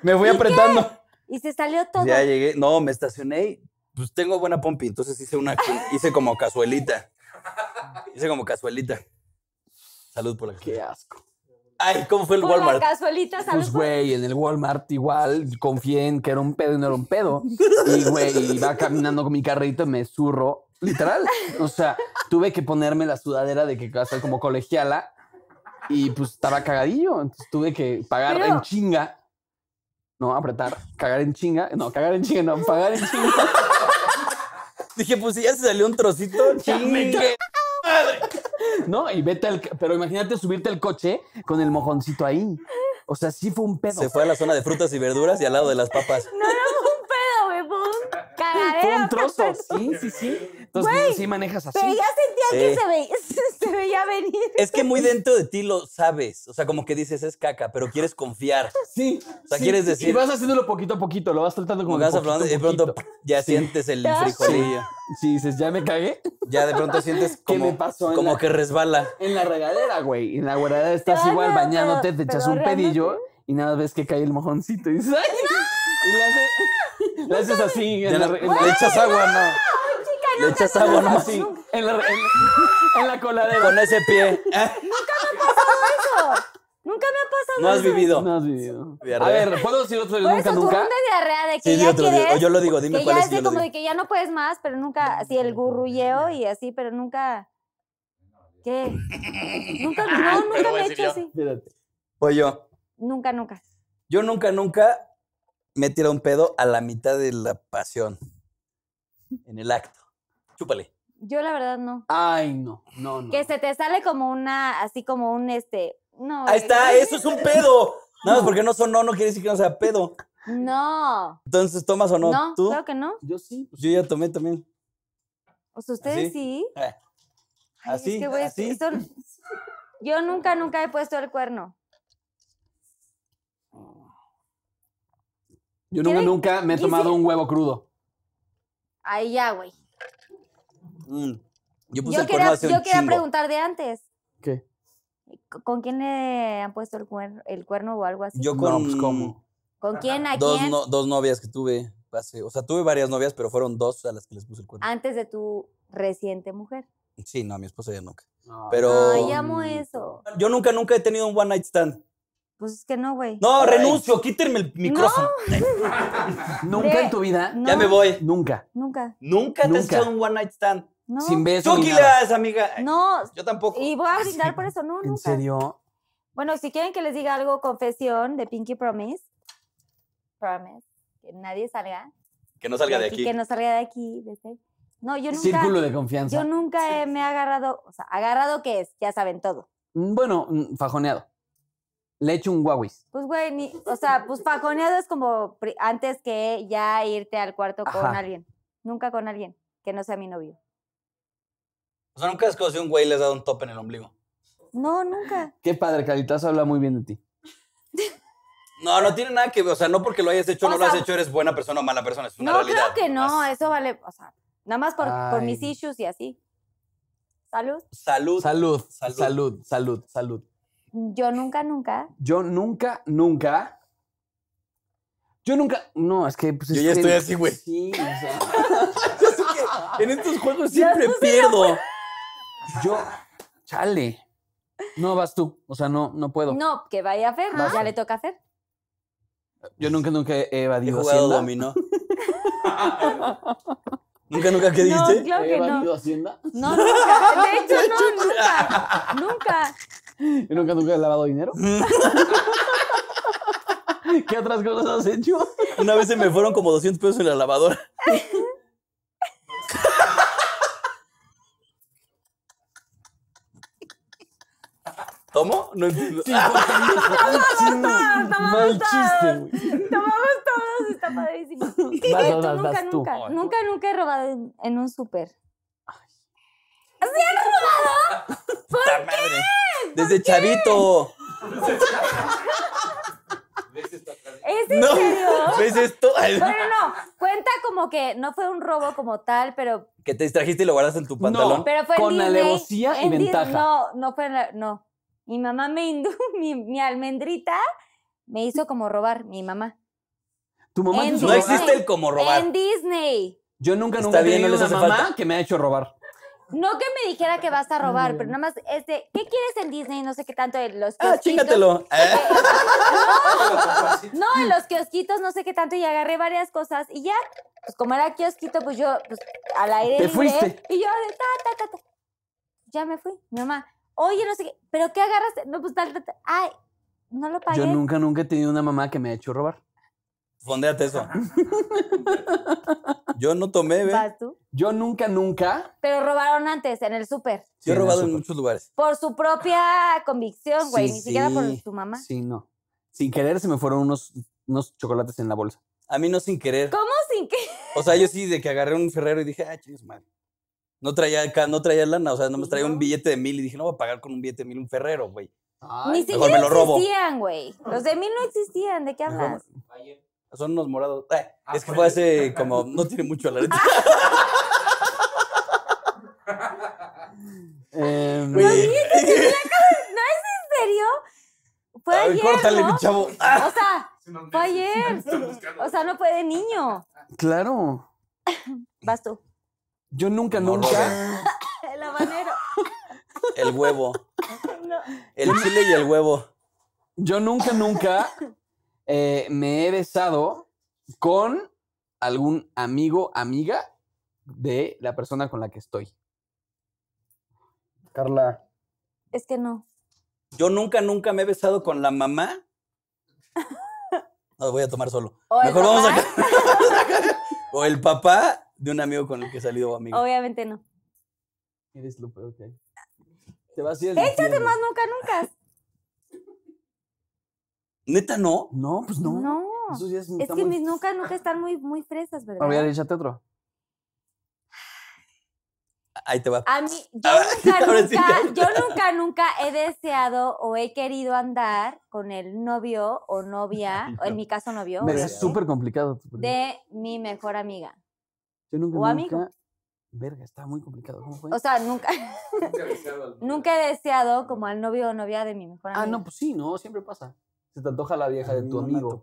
Me voy
¿Y qué?
apretando.
Y se salió todo.
Ya llegué. No, me estacioné y pues tengo buena pompi. Entonces hice una, hice como cazuelita. Hice como cazuelita. Salud por la
Qué asco.
Ay, ¿cómo fue el
Por la
Walmart?
casuelita salió.
Pues, güey, en el Walmart igual confié en que era un pedo y no era un pedo. Y, güey, iba caminando con mi carrito y me zurro, literal. O sea, tuve que ponerme la sudadera de que hasta como colegiala y pues estaba cagadillo. Entonces tuve que pagar
Pero-
en chinga. No, apretar. Cagar en chinga. No, cagar en chinga, no, pagar en chinga.
Dije, pues si ya se salió un trocito. Chingue.
No, y vete al. ca- Pero imagínate subirte al coche con el mojoncito ahí. O sea, sí fue un pedo.
Se fue a la zona de frutas y verduras y al lado de las papas.
No, no fue un pedo, güey. Fue un
Fue
cagadero.
un trozo. Sí, sí, sí. Entonces, sí manejas así.
Pero ya sentía que
Sí.
se veía, se veía venir.
Es que muy dentro de ti lo sabes. O sea, como que dices, es caca, pero quieres confiar.
Sí. O
sea, quieres decir-
Y vas haciéndolo poquito a poquito, lo vas soltando como.
Como
de
vas
poquito
hablando y de
a
pronto
poquito.
ya
Sí.
sientes el
Te das
frijolillo.
Sí, dices, ya me cagué.
Ya de pronto sientes como,
me pasó en
como
la-
que resbala.
En la regadera, güey. En la regadera estás
Ay,
igual
pero-
bañándote, te
pero-
echas
pero
un
realmente-
pedillo y nada ves que cae el mojoncito. Y dices, ¡ay! Y le haces, le haces así.
Ya
en la
no-
re- en la-
le echas agua, no.
Chica,
Le
nunca
echas
me
agua,
pasó
nomás
así,
eso.
Ah, en la, en- en la coladera.
Con ese pie.
Nunca me ha pasado
No has
eso.
vivido.
No has vivido. A
Diarrea.
ver, ¿puedo decir otro del
Por
nunca,
eso tu
nunca?
de diarrea de que
Sí, di
ya
otro, di-
quieres,
o yo lo digo, dime
que
cuál
ya
es y
es de
yo lo
como de
digo.
que ya no puedes más, pero nunca, así el gurrulleo y así, pero nunca, ¿qué? Nunca, no, nunca me he hecho así.
Espérate.
O yo.
Nunca, nunca.
Yo nunca, nunca me he tirado un pedo a la mitad de la pasión. En el acto. Chúpale.
Yo la verdad no.
Ay, no, no, no.
Que se te sale como una, así como un este, no.
Ahí
güey.
está, eso es un pedo. Nada más porque no sonó, no quiere decir que no sea pedo.
No.
Entonces, ¿tomas o no?
No,
¿Tú?
claro que no.
Yo sí. Pues yo ya tomé también.
O sea, ustedes sí.
Eh,
Ay, es
así,
que, güey,
así.
esto- Yo nunca, nunca he puesto el cuerno.
Yo nunca,
¿Quieren?
nunca me he
¿Y
tomado
si-
un huevo crudo.
Ahí ya, güey.
mm. Yo puse
Yo
el cuerno
quería,
hace
yo
un
quería
chingo.
preguntar de antes.
¿Qué?
¿Con- ¿Con quién le han puesto el cuerno, el cuerno o algo así?
Yo
No,
con
pues, ¿cómo?
¿Con quién? ¿A
dos,
quién?
no- dos novias que tuve. hace- o sea, tuve varias novias, pero fueron dos a las que les puse el cuerno.
Antes de tu reciente mujer.
Sí, no, a mi esposa ya nunca.
No,
Pero-
Ay, amo eso.
Yo nunca, nunca he tenido un one night stand.
Pues es que no, güey.
No,
Ay.
renuncio, quítenme el micrófono.
Nunca
Ve,
en tu vida.
no.
Ya me voy.
Nunca.
Nunca.
Nunca, te has
Nunca.
echado un one night stand.
No.
Sin beso.
Chucky
ni
le
nada.
das, amiga. Ay,
No.
Yo tampoco.
Y voy a brindar por eso. No,
¿En
nunca.
serio?
Bueno, si quieren que les diga algo, confesión de Pinky Promise. Promise. Que nadie salga.
Que no salga
de
de aquí.
Que no salga de aquí. de este. No, yo nunca.
Círculo de
Yo
confianza.
nunca eh, me he agarrado. O sea, agarrado que es, ya saben todo.
Mm, Bueno, mm, fajoneado. Le echo un guauis.
Pues, güey, ni- o sea, pues fajoneado es como pri- antes que ya irte al cuarto con
Ajá.
alguien. Nunca con alguien que no sea mi novio.
O sea, nunca has conocido a un güey y le has dado un top en el ombligo.
No, nunca.
Qué padre, Carlitos habla muy bien de ti.
No, no tiene nada que ver. O sea, no porque lo hayas hecho o
O
no lo has
sea,
hecho, eres buena persona o mala persona. Es una
no,
realidad.
creo que no.
nomás.
Eso vale. O sea, nada más por, por mis
Ay.
issues y así. Salud.
Salud.
Salud,
Salud.
salud, salud, salud,
Yo nunca, nunca.
Yo nunca, nunca. Yo nunca. No, es que. pues,
Yo
es
ya
que-
estoy así, güey.
Sí, o sea,
en estos juegos siempre pierdo.
Yo. Chale. No vas tú. O sea, no, no puedo.
No, que vaya a Fer, pues ya le toca a Fer.
Yo nunca, nunca he
He
evadido
jugado dominó.
Hacienda.
nunca, nunca, ¿qué dijiste? Eh,
No, claro
¿He
que no.
evadido Hacienda?
No, nunca. De hecho, no, nunca. Nunca.
Yo nunca, nunca he lavado dinero.
Mm.
¿Qué otras cosas has hecho?
Una vez se me fueron como 200 pesos en la lavadora. ¿Tomo? No Ah, entiendo.
todas, tomamos
Mal
todas.
chiste, güey.
Tomamos todos, está padrísimo. De
vas,
hecho,
vas,
nunca,
vas tú.
nunca,
Ay,
nunca, nunca he robado en, en un súper.
¡Puta madre! Desde chavito.
¿Ves esta cara?
¿Es en
No.
serio?
¿Ves esto? Ay,
Bueno, no, cuenta como que no fue un robo como tal, pero,
Que te distrajiste y lo guardaste en tu pantalón.
pero fue en
Con
Disney,
alevosía y
en Dis-
ventaja.
No, no fue en la- no. Mi mamá me hindu, mi, mi almendrita me hizo como robar, mi mamá.
Tu mamá te
En
hizo
No
robar.
existe el como robar.
En Disney.
Yo nunca,
Está
nunca he
bien, no
tenido
les
una
hace
mamá
falta.
que me ha hecho robar.
No que me dijera que vas a robar, pero nada más, este, ¿qué quieres en Disney? No sé qué tanto de los
Ah,
kiosquitos. Eh,
chingatelo.
No, en los kiosquitos, no sé qué tanto, y agarré varias cosas y ya, pues como era kiosquito, pues yo, pues al aire
Te
libre,
fuiste.
Y yo de ta, ta, ta, ta. Ya me fui, mi mamá. Oye, no sé qué, ¿pero qué agarraste? No, pues tal, tal, tal. Ay, no lo pagué.
Yo nunca, nunca he tenido una mamá que me ha hecho robar.
Fondéate eso. Yo no tomé, ve.
Vas tú.
Yo nunca, nunca.
Pero robaron antes, en el súper.
Yo he
Sí,
robado
no,
en
súper.
muchos lugares.
Por su propia convicción, güey,
Sí,
ni siquiera por
sí,
su mamá.
Sí, no. Sin querer se me fueron unos, unos chocolates en la bolsa.
A mí no sin querer.
¿Cómo sin que?
O sea, yo sí de que agarré un ferrero y dije, ah, chingue su madre. No traía, ca- no traía lana, o sea, no me traía un billete de mil y dije, no voy a pagar con un billete de mil un ferrero, güey.
Ni
mejor me
siquiera
lo robo.
existían, güey. Los de mil no existían, ¿de qué
Mejor
hablas?
Son unos morados. Eh,
Ah,
es que
pues.
fue hace como, no tiene mucho la
Ah,
neta.
Em,
Güey.
¿En serio? Fue
Ay,
ayer,
córtale,
¿no?
mi chavo. Ah,
O sea,
Hace unos
fue
meses.
ayer.
Están buscando.
O sea, no fue de niño.
claro.
Vas tú.
Yo nunca,
No
nunca.
El habanero.
el huevo.
No.
El chile y el huevo.
Yo nunca, nunca eh, me he besado con algún amigo, amiga de la persona con la que estoy. Carla.
Es que no.
Yo nunca, nunca me he besado con la mamá. No, voy a tomar solo.
O el
Mejor vamos a.
papá.
o el papá de un amigo con el que he salido o amigo.
Obviamente no.
Eres Lupe, ok. Te vas a ir
Échate más nunca, nunca.
Neta, no.
No, pues no.
No.
Esos días
Es que
estamos-
mis nucas nunca están muy, muy fresas, ¿verdad?
A ver, échate otro.
Ahí te va.
A mí, yo
Ah,
nunca,
ahora sí,
nunca,
ya.
yo nunca, nunca he deseado o he querido andar con el novio o novia, o en mi caso novio,
Me
Verga,
es
obviamente,
súper complicado.
de mi mejor amiga.
Yo nunca,
o amigo.
nunca- Verga, está muy complicado. ¿Cómo fue?
O sea, nunca, nunca he deseado como al novio o novia de mi mejor amiga.
ah, no, pues sí, no, siempre pasa. Se te antoja la vieja de tu amigo.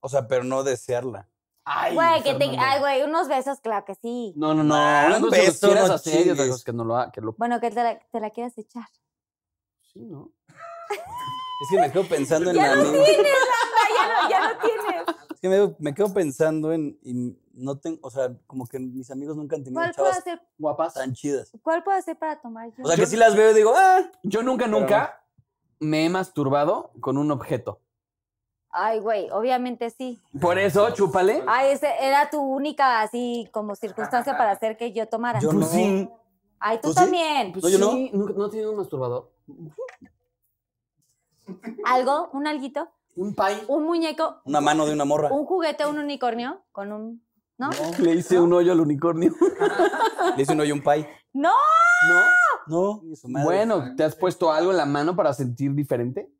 O sea, pero no desearla.
Ay, Mm.
Güey, que te,
Fernando.
ay, güey, unos besos, claro que sí.
No, no, no.
Ah,
Una
un
cosa es que los
beso,
quieras
no
hacer y otra cosa
chingues.
es que no lo haga, que lo. pues
Bueno, que te la, te la quieras echar.
Sí, ¿no?
Es que me quedo pensando en
Ya
la
no
misma-
tienes, Landa, ya no, ya no tienes.
Es que me, me quedo pensando en. Y no tengo. O sea, como que mis amigos nunca han tenido
¿Cuál puedo,
chavas
hacer,
Guapas.
tan chidas.
¿Cuál puedo hacer para tomar yo?
O sea, que si las veo y digo, ah.
Yo nunca,
Pero
nunca me he masturbado con un objeto.
Ay, güey, obviamente sí.
Por eso, chúpale.
Ay, ese era tu única así como circunstancia para hacer que yo tomara.
Yo no.
Pues sí.
Ay, tú
¿Tú sí?
también.
Pues
No, yo no.
sí, nunca- no he tenido un masturbador.
Algo, un alguito,
Un pay.
un muñeco,
Una mano de una morra.
un juguete, un unicornio con un, ¿no?
Le hice un hoyo al unicornio.
Le hice un hoyo a un pay.
No,
¿No?
No, ni su madre.
Bueno, ¿te has puesto algo en la mano para sentir diferente?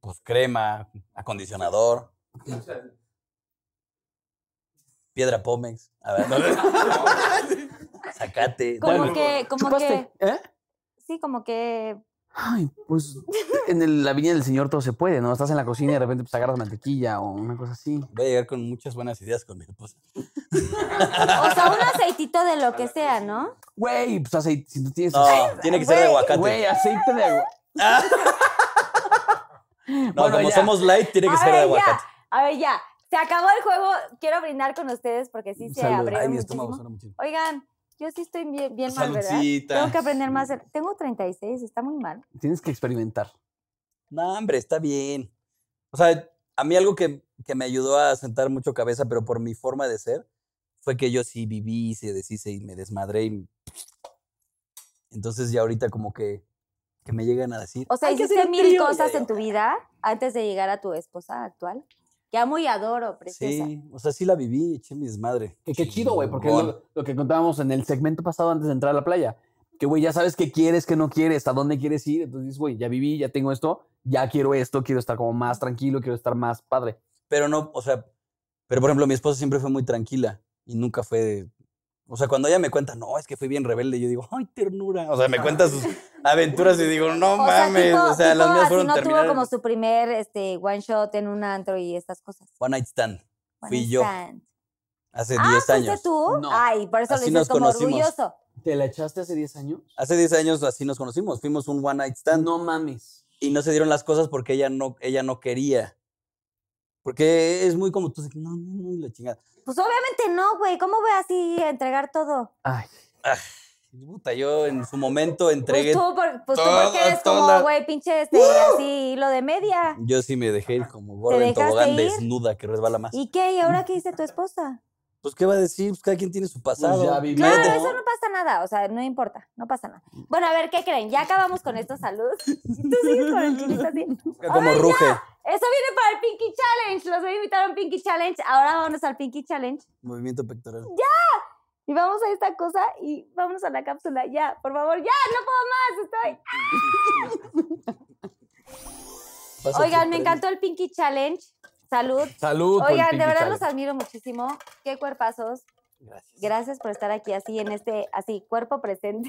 Pues crema, acondicionador, piedra pómex. A ver, no, sacate.
como
Bueno,
que, como
¿Chupaste?
que,
¿Eh?
sí, como que,
Ay, pues en el- la viña del señor todo se puede, ¿no? Estás en la cocina y de repente pues agarras mantequilla o una cosa así.
Voy a llegar con muchas buenas ideas con mi esposa.
o sea, un aceitito de lo que sea, ¿no?
Güey, pues aceite, si tú tienes
No,
aceite.
tiene que ser de
Güey,
aguacate.
Güey, aceite de agua.
no,
bueno,
como
ya.
somos light, tiene que
A
ser de
ver, ya,
aguacate.
a ver, ya. Se acabó el juego. Quiero brindar con ustedes porque sí se
Salud.
abrió
Ay, mi
muchísimo.
estómago suena muchísimo.
Oigan, yo sí estoy bien, bien mal, ¿verdad?
Saludcita.
Tengo que aprender más. de- Tengo 36, está muy mal.
Tienes que experimentar.
No, hombre, está bien. O sea, a mí algo que, que me ayudó a sentar mucho cabeza, pero por mi forma de ser, fue que yo sí viví, se deshice y me desmadré. Y... Entonces ya ahorita como que, que me llegan a decir,
O sea,
"Hay que
hiciste
hacer un
mil
trío", ya
cosas
digo,
en tu vida antes de llegar a tu esposa actual. Que amo y adoro, preciosa.
Sí, o sea, sí la viví, eché mi desmadre.
Que qué chido, güey, porque
Chingón.
lo, lo que contábamos en el segmento pasado antes de entrar a la playa. Que, güey, ya sabes qué quieres, qué no quieres, a dónde quieres ir. Entonces dices, güey, ya viví, ya tengo esto, ya quiero esto, quiero estar como más tranquilo, quiero estar más padre.
Pero no, o sea, pero por ejemplo, mi esposa siempre fue muy tranquila y nunca fue de- O sea, cuando ella me cuenta, no, es que fui bien rebelde, yo digo, ay, ternura. O sea, me cuenta sus aventuras y digo, no
O sea,
mames.
tipo,
o sea,
tipo
las mías
así
fueron
no
terminar
tuvo como su primer este, one shot en un antro y estas cosas.
One Night Stand
One
Fui
night
yo.
stand.
hace
Ah,
10
¿fuiste
años.
tú?
No.
Ay, por eso
Así
lo
nos
dices como
conocimos.
orgulloso.
¿Te la echaste hace 10 años?
Hace 10 años así nos conocimos, fuimos un One Night Stand
No mames.
y no se dieron las cosas porque ella no, ella no quería. Porque es muy como tú, no, no, no, y la chingada.
Pues obviamente no, güey. ¿Cómo voy así a entregar todo?
Ay,
Puta, yo en su momento entregué
Pues tú, por- pues tú
toda-
porque eres como,
toda-
güey, pinche este, así, lo de media.
Yo sí me dejé ir como gorda en
dejaste
tobogán
ir?
desnuda que resbala más.
¿Y qué? ¿Y ahora qué dice tu esposa?
Pues, ¿qué va a decir? Pues, cada quien tiene su pasado.
ya viví.
Claro,
Mete.
eso no pasa nada, o sea, no importa, no pasa nada. Bueno, a ver, ¿qué creen? Ya acabamos con esto, salud. ¿Y tú sigues con el chilito así?
Busca Como
¡Ay, ya!
ruge.
Eso viene para el Pinky Challenge, los voy a invitar a un Pinky Challenge, ahora vámonos al Pinky Challenge.
Movimiento pectoral.
Y vamos a esta cosa y vámonos a la cápsula, ya, por favor, ya, no puedo más, estoy...
Pasa
Oigan,
tu
me
premio.
encantó el Pinky Challenge, salud.
salud. por el
Oigan,
Pinky
de verdad
Challenge.
los admiro muchísimo, qué cuerpazos.
Gracias.
Gracias por estar aquí así, en este, así, cuerpo presente.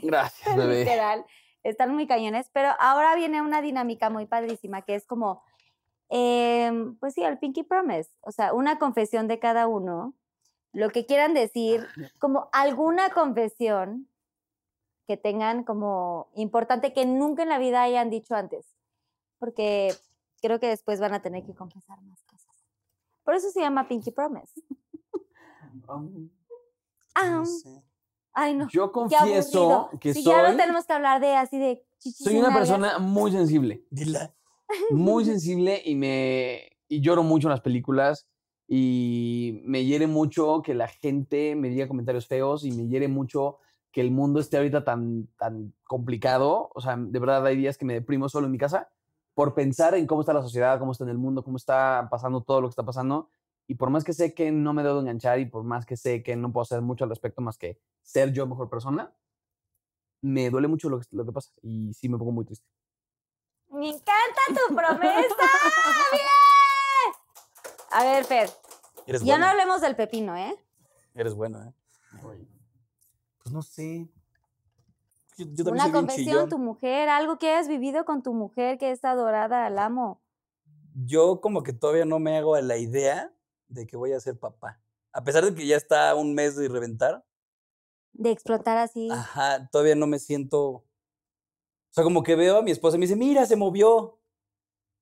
Gracias, bebé.
Literal. Están muy cañones. Pero ahora viene una dinámica muy padrísima que es como, em, pues sí, el Pinky Promise. O sea, una confesión de cada uno. Lo que quieran decir, como alguna confesión que tengan como importante que nunca en la vida hayan dicho antes. Porque creo que después van a tener que confesar más cosas. Por eso se llama Pinky Promise.
Um,
Ah,
No sé.
ay, no.
Yo
Qué
confieso
aburrido.
que
si
soy,
ya no tenemos que hablar de así de chichis
soy
y
una
nalgas.
persona muy sensible.
Dila.
muy sensible y me y lloro mucho en las películas y me hiere mucho que la gente me diga comentarios feos y me hiere mucho que el mundo esté ahorita tan tan complicado, o sea, de verdad hay días que me deprimo solo en mi casa por pensar en cómo está la sociedad, cómo está en el mundo, cómo está pasando todo lo que está pasando. Y por más que sé que no me debo enganchar y por más que sé que no puedo hacer mucho al respecto más que ser yo mejor persona, me duele mucho lo que, lo que pasa y sí me pongo muy triste.
Me encanta tu promesa. ¡Bien! A ver, Fer,
Eres
ya
bueno.
no hablemos del pepino, ¿eh?
Eres bueno, ¿eh? Pues no sé. Yo, yo también
Una
soy bien
confesión,
chillón.
tu mujer, algo que has vivido con tu mujer que es adorada al amo.
Yo como que todavía no me hago a la idea de que voy a ser papá. A pesar de que ya está un mes de reventar,
De explotar así.
Ah. ajá, todavía no me siento... O sea, como que veo a mi esposa y me dice, mira, se movió.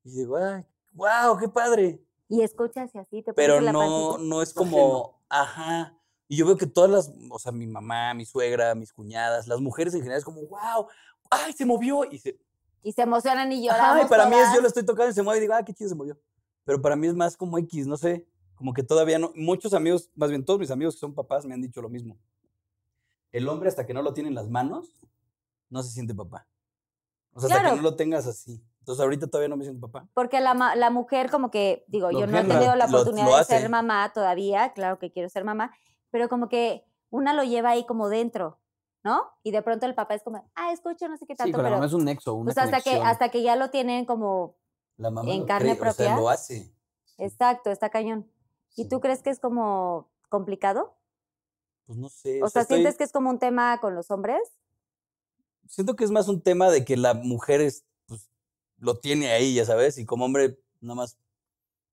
Y digo, ay, wow, qué padre.
Y escuchas y así te pones
pero
en la
no,
pancita.
no es
ajeno.
como, ajá. Y yo veo que todas las, o sea, mi mamá, mi suegra, mis cuñadas, las mujeres en general es como, wow, ay, se movió. Y, se,
Y se emocionan y lloran.
ajá, y para mí es, yo lo estoy tocando y se mueve y digo, ah, qué chido se movió. Pero para mí es más como X, no sé, como que todavía no. Muchos amigos, más bien todos mis amigos que son papás me han dicho lo mismo. El hombre hasta que no lo tiene en las manos, no se siente papá. O sea, hasta
Claro.
que no lo tengas así. Entonces ahorita todavía no me siento papá.
Porque la, ma- la mujer como que, digo,
La
yo no he
mujer la-
tenido la
lo-
oportunidad
lo
de ser
hace.
mamá todavía, claro que quiero ser mamá, pero como que una lo lleva ahí como dentro, ¿no? Y de pronto el papá es como, ah, escucho, no sé qué
Sí,
tanto,
con la
pero
mamá es un nexo, una
pues hasta que,
conexión.
hasta que ya lo tienen como,
La mamá
En
lo
carne
cree, o sea,
propia.
lo hace.
exacto, está cañón. ¿Y
Sí.
tú crees que es como complicado?
Pues no sé.
O sea,
estoy-
¿sientes que es como un tema con los hombres?
siento que es más un tema de que la mujer es, pues, lo tiene ahí, ya sabes, y como hombre, nada más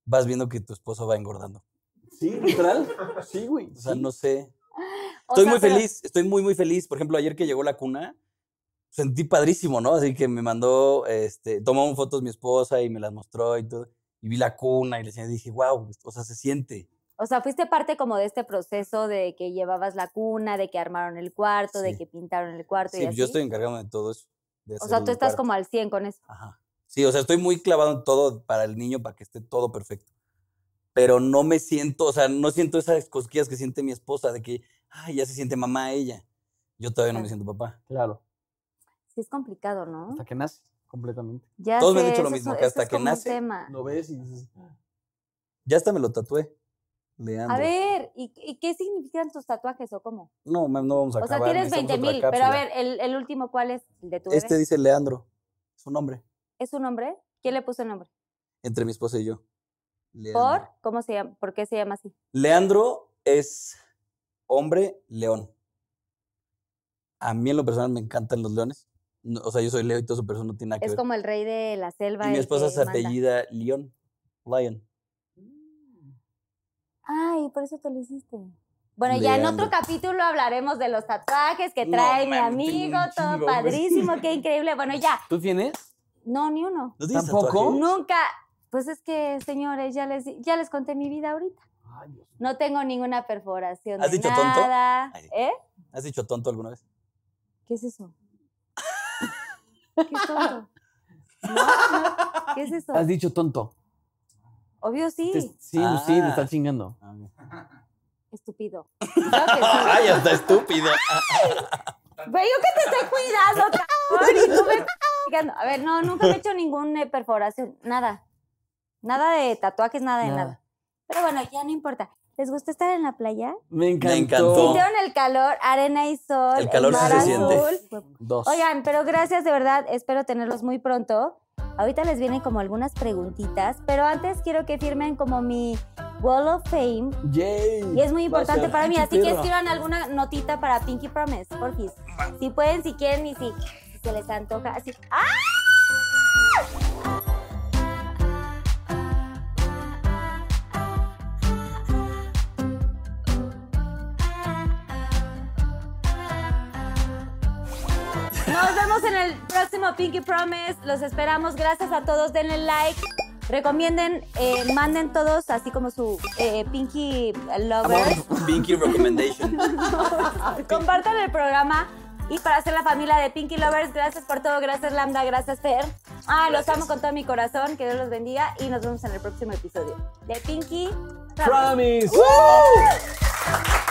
vas viendo que tu esposo va engordando.
Sí, literal. Sí, güey.
O sea,
sí.
no sé.
O
Estoy
sea,
muy
pero-
feliz, estoy muy, muy feliz. Por ejemplo, ayer que llegó la cuna, sentí padrísimo, ¿no? Así que me mandó, este, tomó fotos mi esposa y me las mostró y todo. Y vi la cuna y le enseñé, dije, wow, o sea, se siente.
O sea, fuiste parte como de este proceso de que llevabas la cuna, de que armaron el cuarto, de
Sí.
que pintaron el cuarto
Sí, pues,
y así.
yo estoy encargado de todo eso. de
o
hacer
sea,
el
tú estás
cuarto.
como al 100 con eso.
Ajá. Sí, o sea, estoy muy clavado en todo para el niño, para que esté todo perfecto. Pero no me siento, o sea, no siento esas cosquillas que siente mi esposa de que, ay, ya se siente mamá ella. Yo todavía no me
Claro.
siento papá.
Claro.
Sí, es complicado, ¿no?
Hasta que nace completamente.
Ya
Todos me han
sé,
dicho lo
eso es
mismo,
un-
que
eso
hasta
es
que
como un
nace,
tema.
Lo ves y dices,
Ya hasta me lo tatué. Leandro.
A ver, ¿y, y qué significan tus tatuajes o cómo?
No, mam, no vamos a
O sea,
acabar.
tienes
necesitamos
20 mil,
otra
pero a
cápsula.
ver, el, el último, ¿cuál es? El de tu bebé.
Este dice Leandro. Su nombre.
¿Es un hombre? ¿Quién le puso el nombre?
Entre mi esposa y yo.
¿Por?
Leandro.
¿Cómo se llama? ¿Por qué se llama así?
Leandro es hombre león. A mí en lo personal me encantan los leones. No, o sea, yo soy Leo y todo su persona no tiene nada que
Es
ver.
como el rey de la selva.
Y mi
el
esposa
que
se
manda.
apellida León. Lion.
Ay, por eso te lo hiciste. Bueno, ya en otro
Leandro.
capítulo hablaremos de los tatuajes que
No,
trae mi
man, tengo un
amigo, todo
chingo, güey.
padrísimo, qué increíble. Bueno, ya,
¿tú tienes?
no, ni uno.
¿No tienes
¿Tampoco?
tatuaje?
Nunca. Pues es que, señores, ya les, di- ya les conté mi vida ahorita.
Ay, Dios.
No tengo ninguna perforación.
¿Has
de
dicho tonto?
nada.
Ay.
¿Eh?
¿Has dicho tonto alguna vez?
¿Qué es eso? ¿Qué es tonto? No, no, ¿Qué es eso?
Has dicho tonto.
Obvio sí.
Te- sí, pues sí, te
Ah.
están chingando.
Estúpido. Claro que sí.
¡Ay, hasta estúpido!
Pero yo que te estoy cuidando, cabrón, y tú me estás criticando. A ver, no, nunca me he hecho ninguna perforación, nada. Nada de tatuajes, nada de nada.
Nada.
Pero bueno, ya no importa. ¿Les gusta estar en la playa?
Me encantó.
encantó.
¿Sintieron el calor, arena y sol?
El calor sí
mar
se siente.
azul?
Dos.
Oigan, pero gracias de verdad, espero tenerlos muy pronto. Ahorita les vienen como algunas preguntitas, pero antes quiero que firmen como mi Wall of Fame.
Yay.
Y es muy importante
Gracias.
para mí,
Ay,
así que
perro.
escriban alguna notita para Pinky Promise, porfis. Si pueden, si quieren y si, si se les antoja, así. ¡Ah! Nos vemos en el próximo Pinky Promise. Los esperamos. Gracias a todos. Denle like. Recomienden, eh, manden todos así como su eh, Pinky Lovers.
Pinky recommendation.
Compartan el programa. Y para ser la familia de Pinky Lovers, gracias por todo. Gracias, Lambda. Gracias, Fer. Ah, los
Gracias.
amo con todo mi corazón. Que Dios los bendiga. Y nos vemos en el próximo episodio de Pinky Promise.
Promise.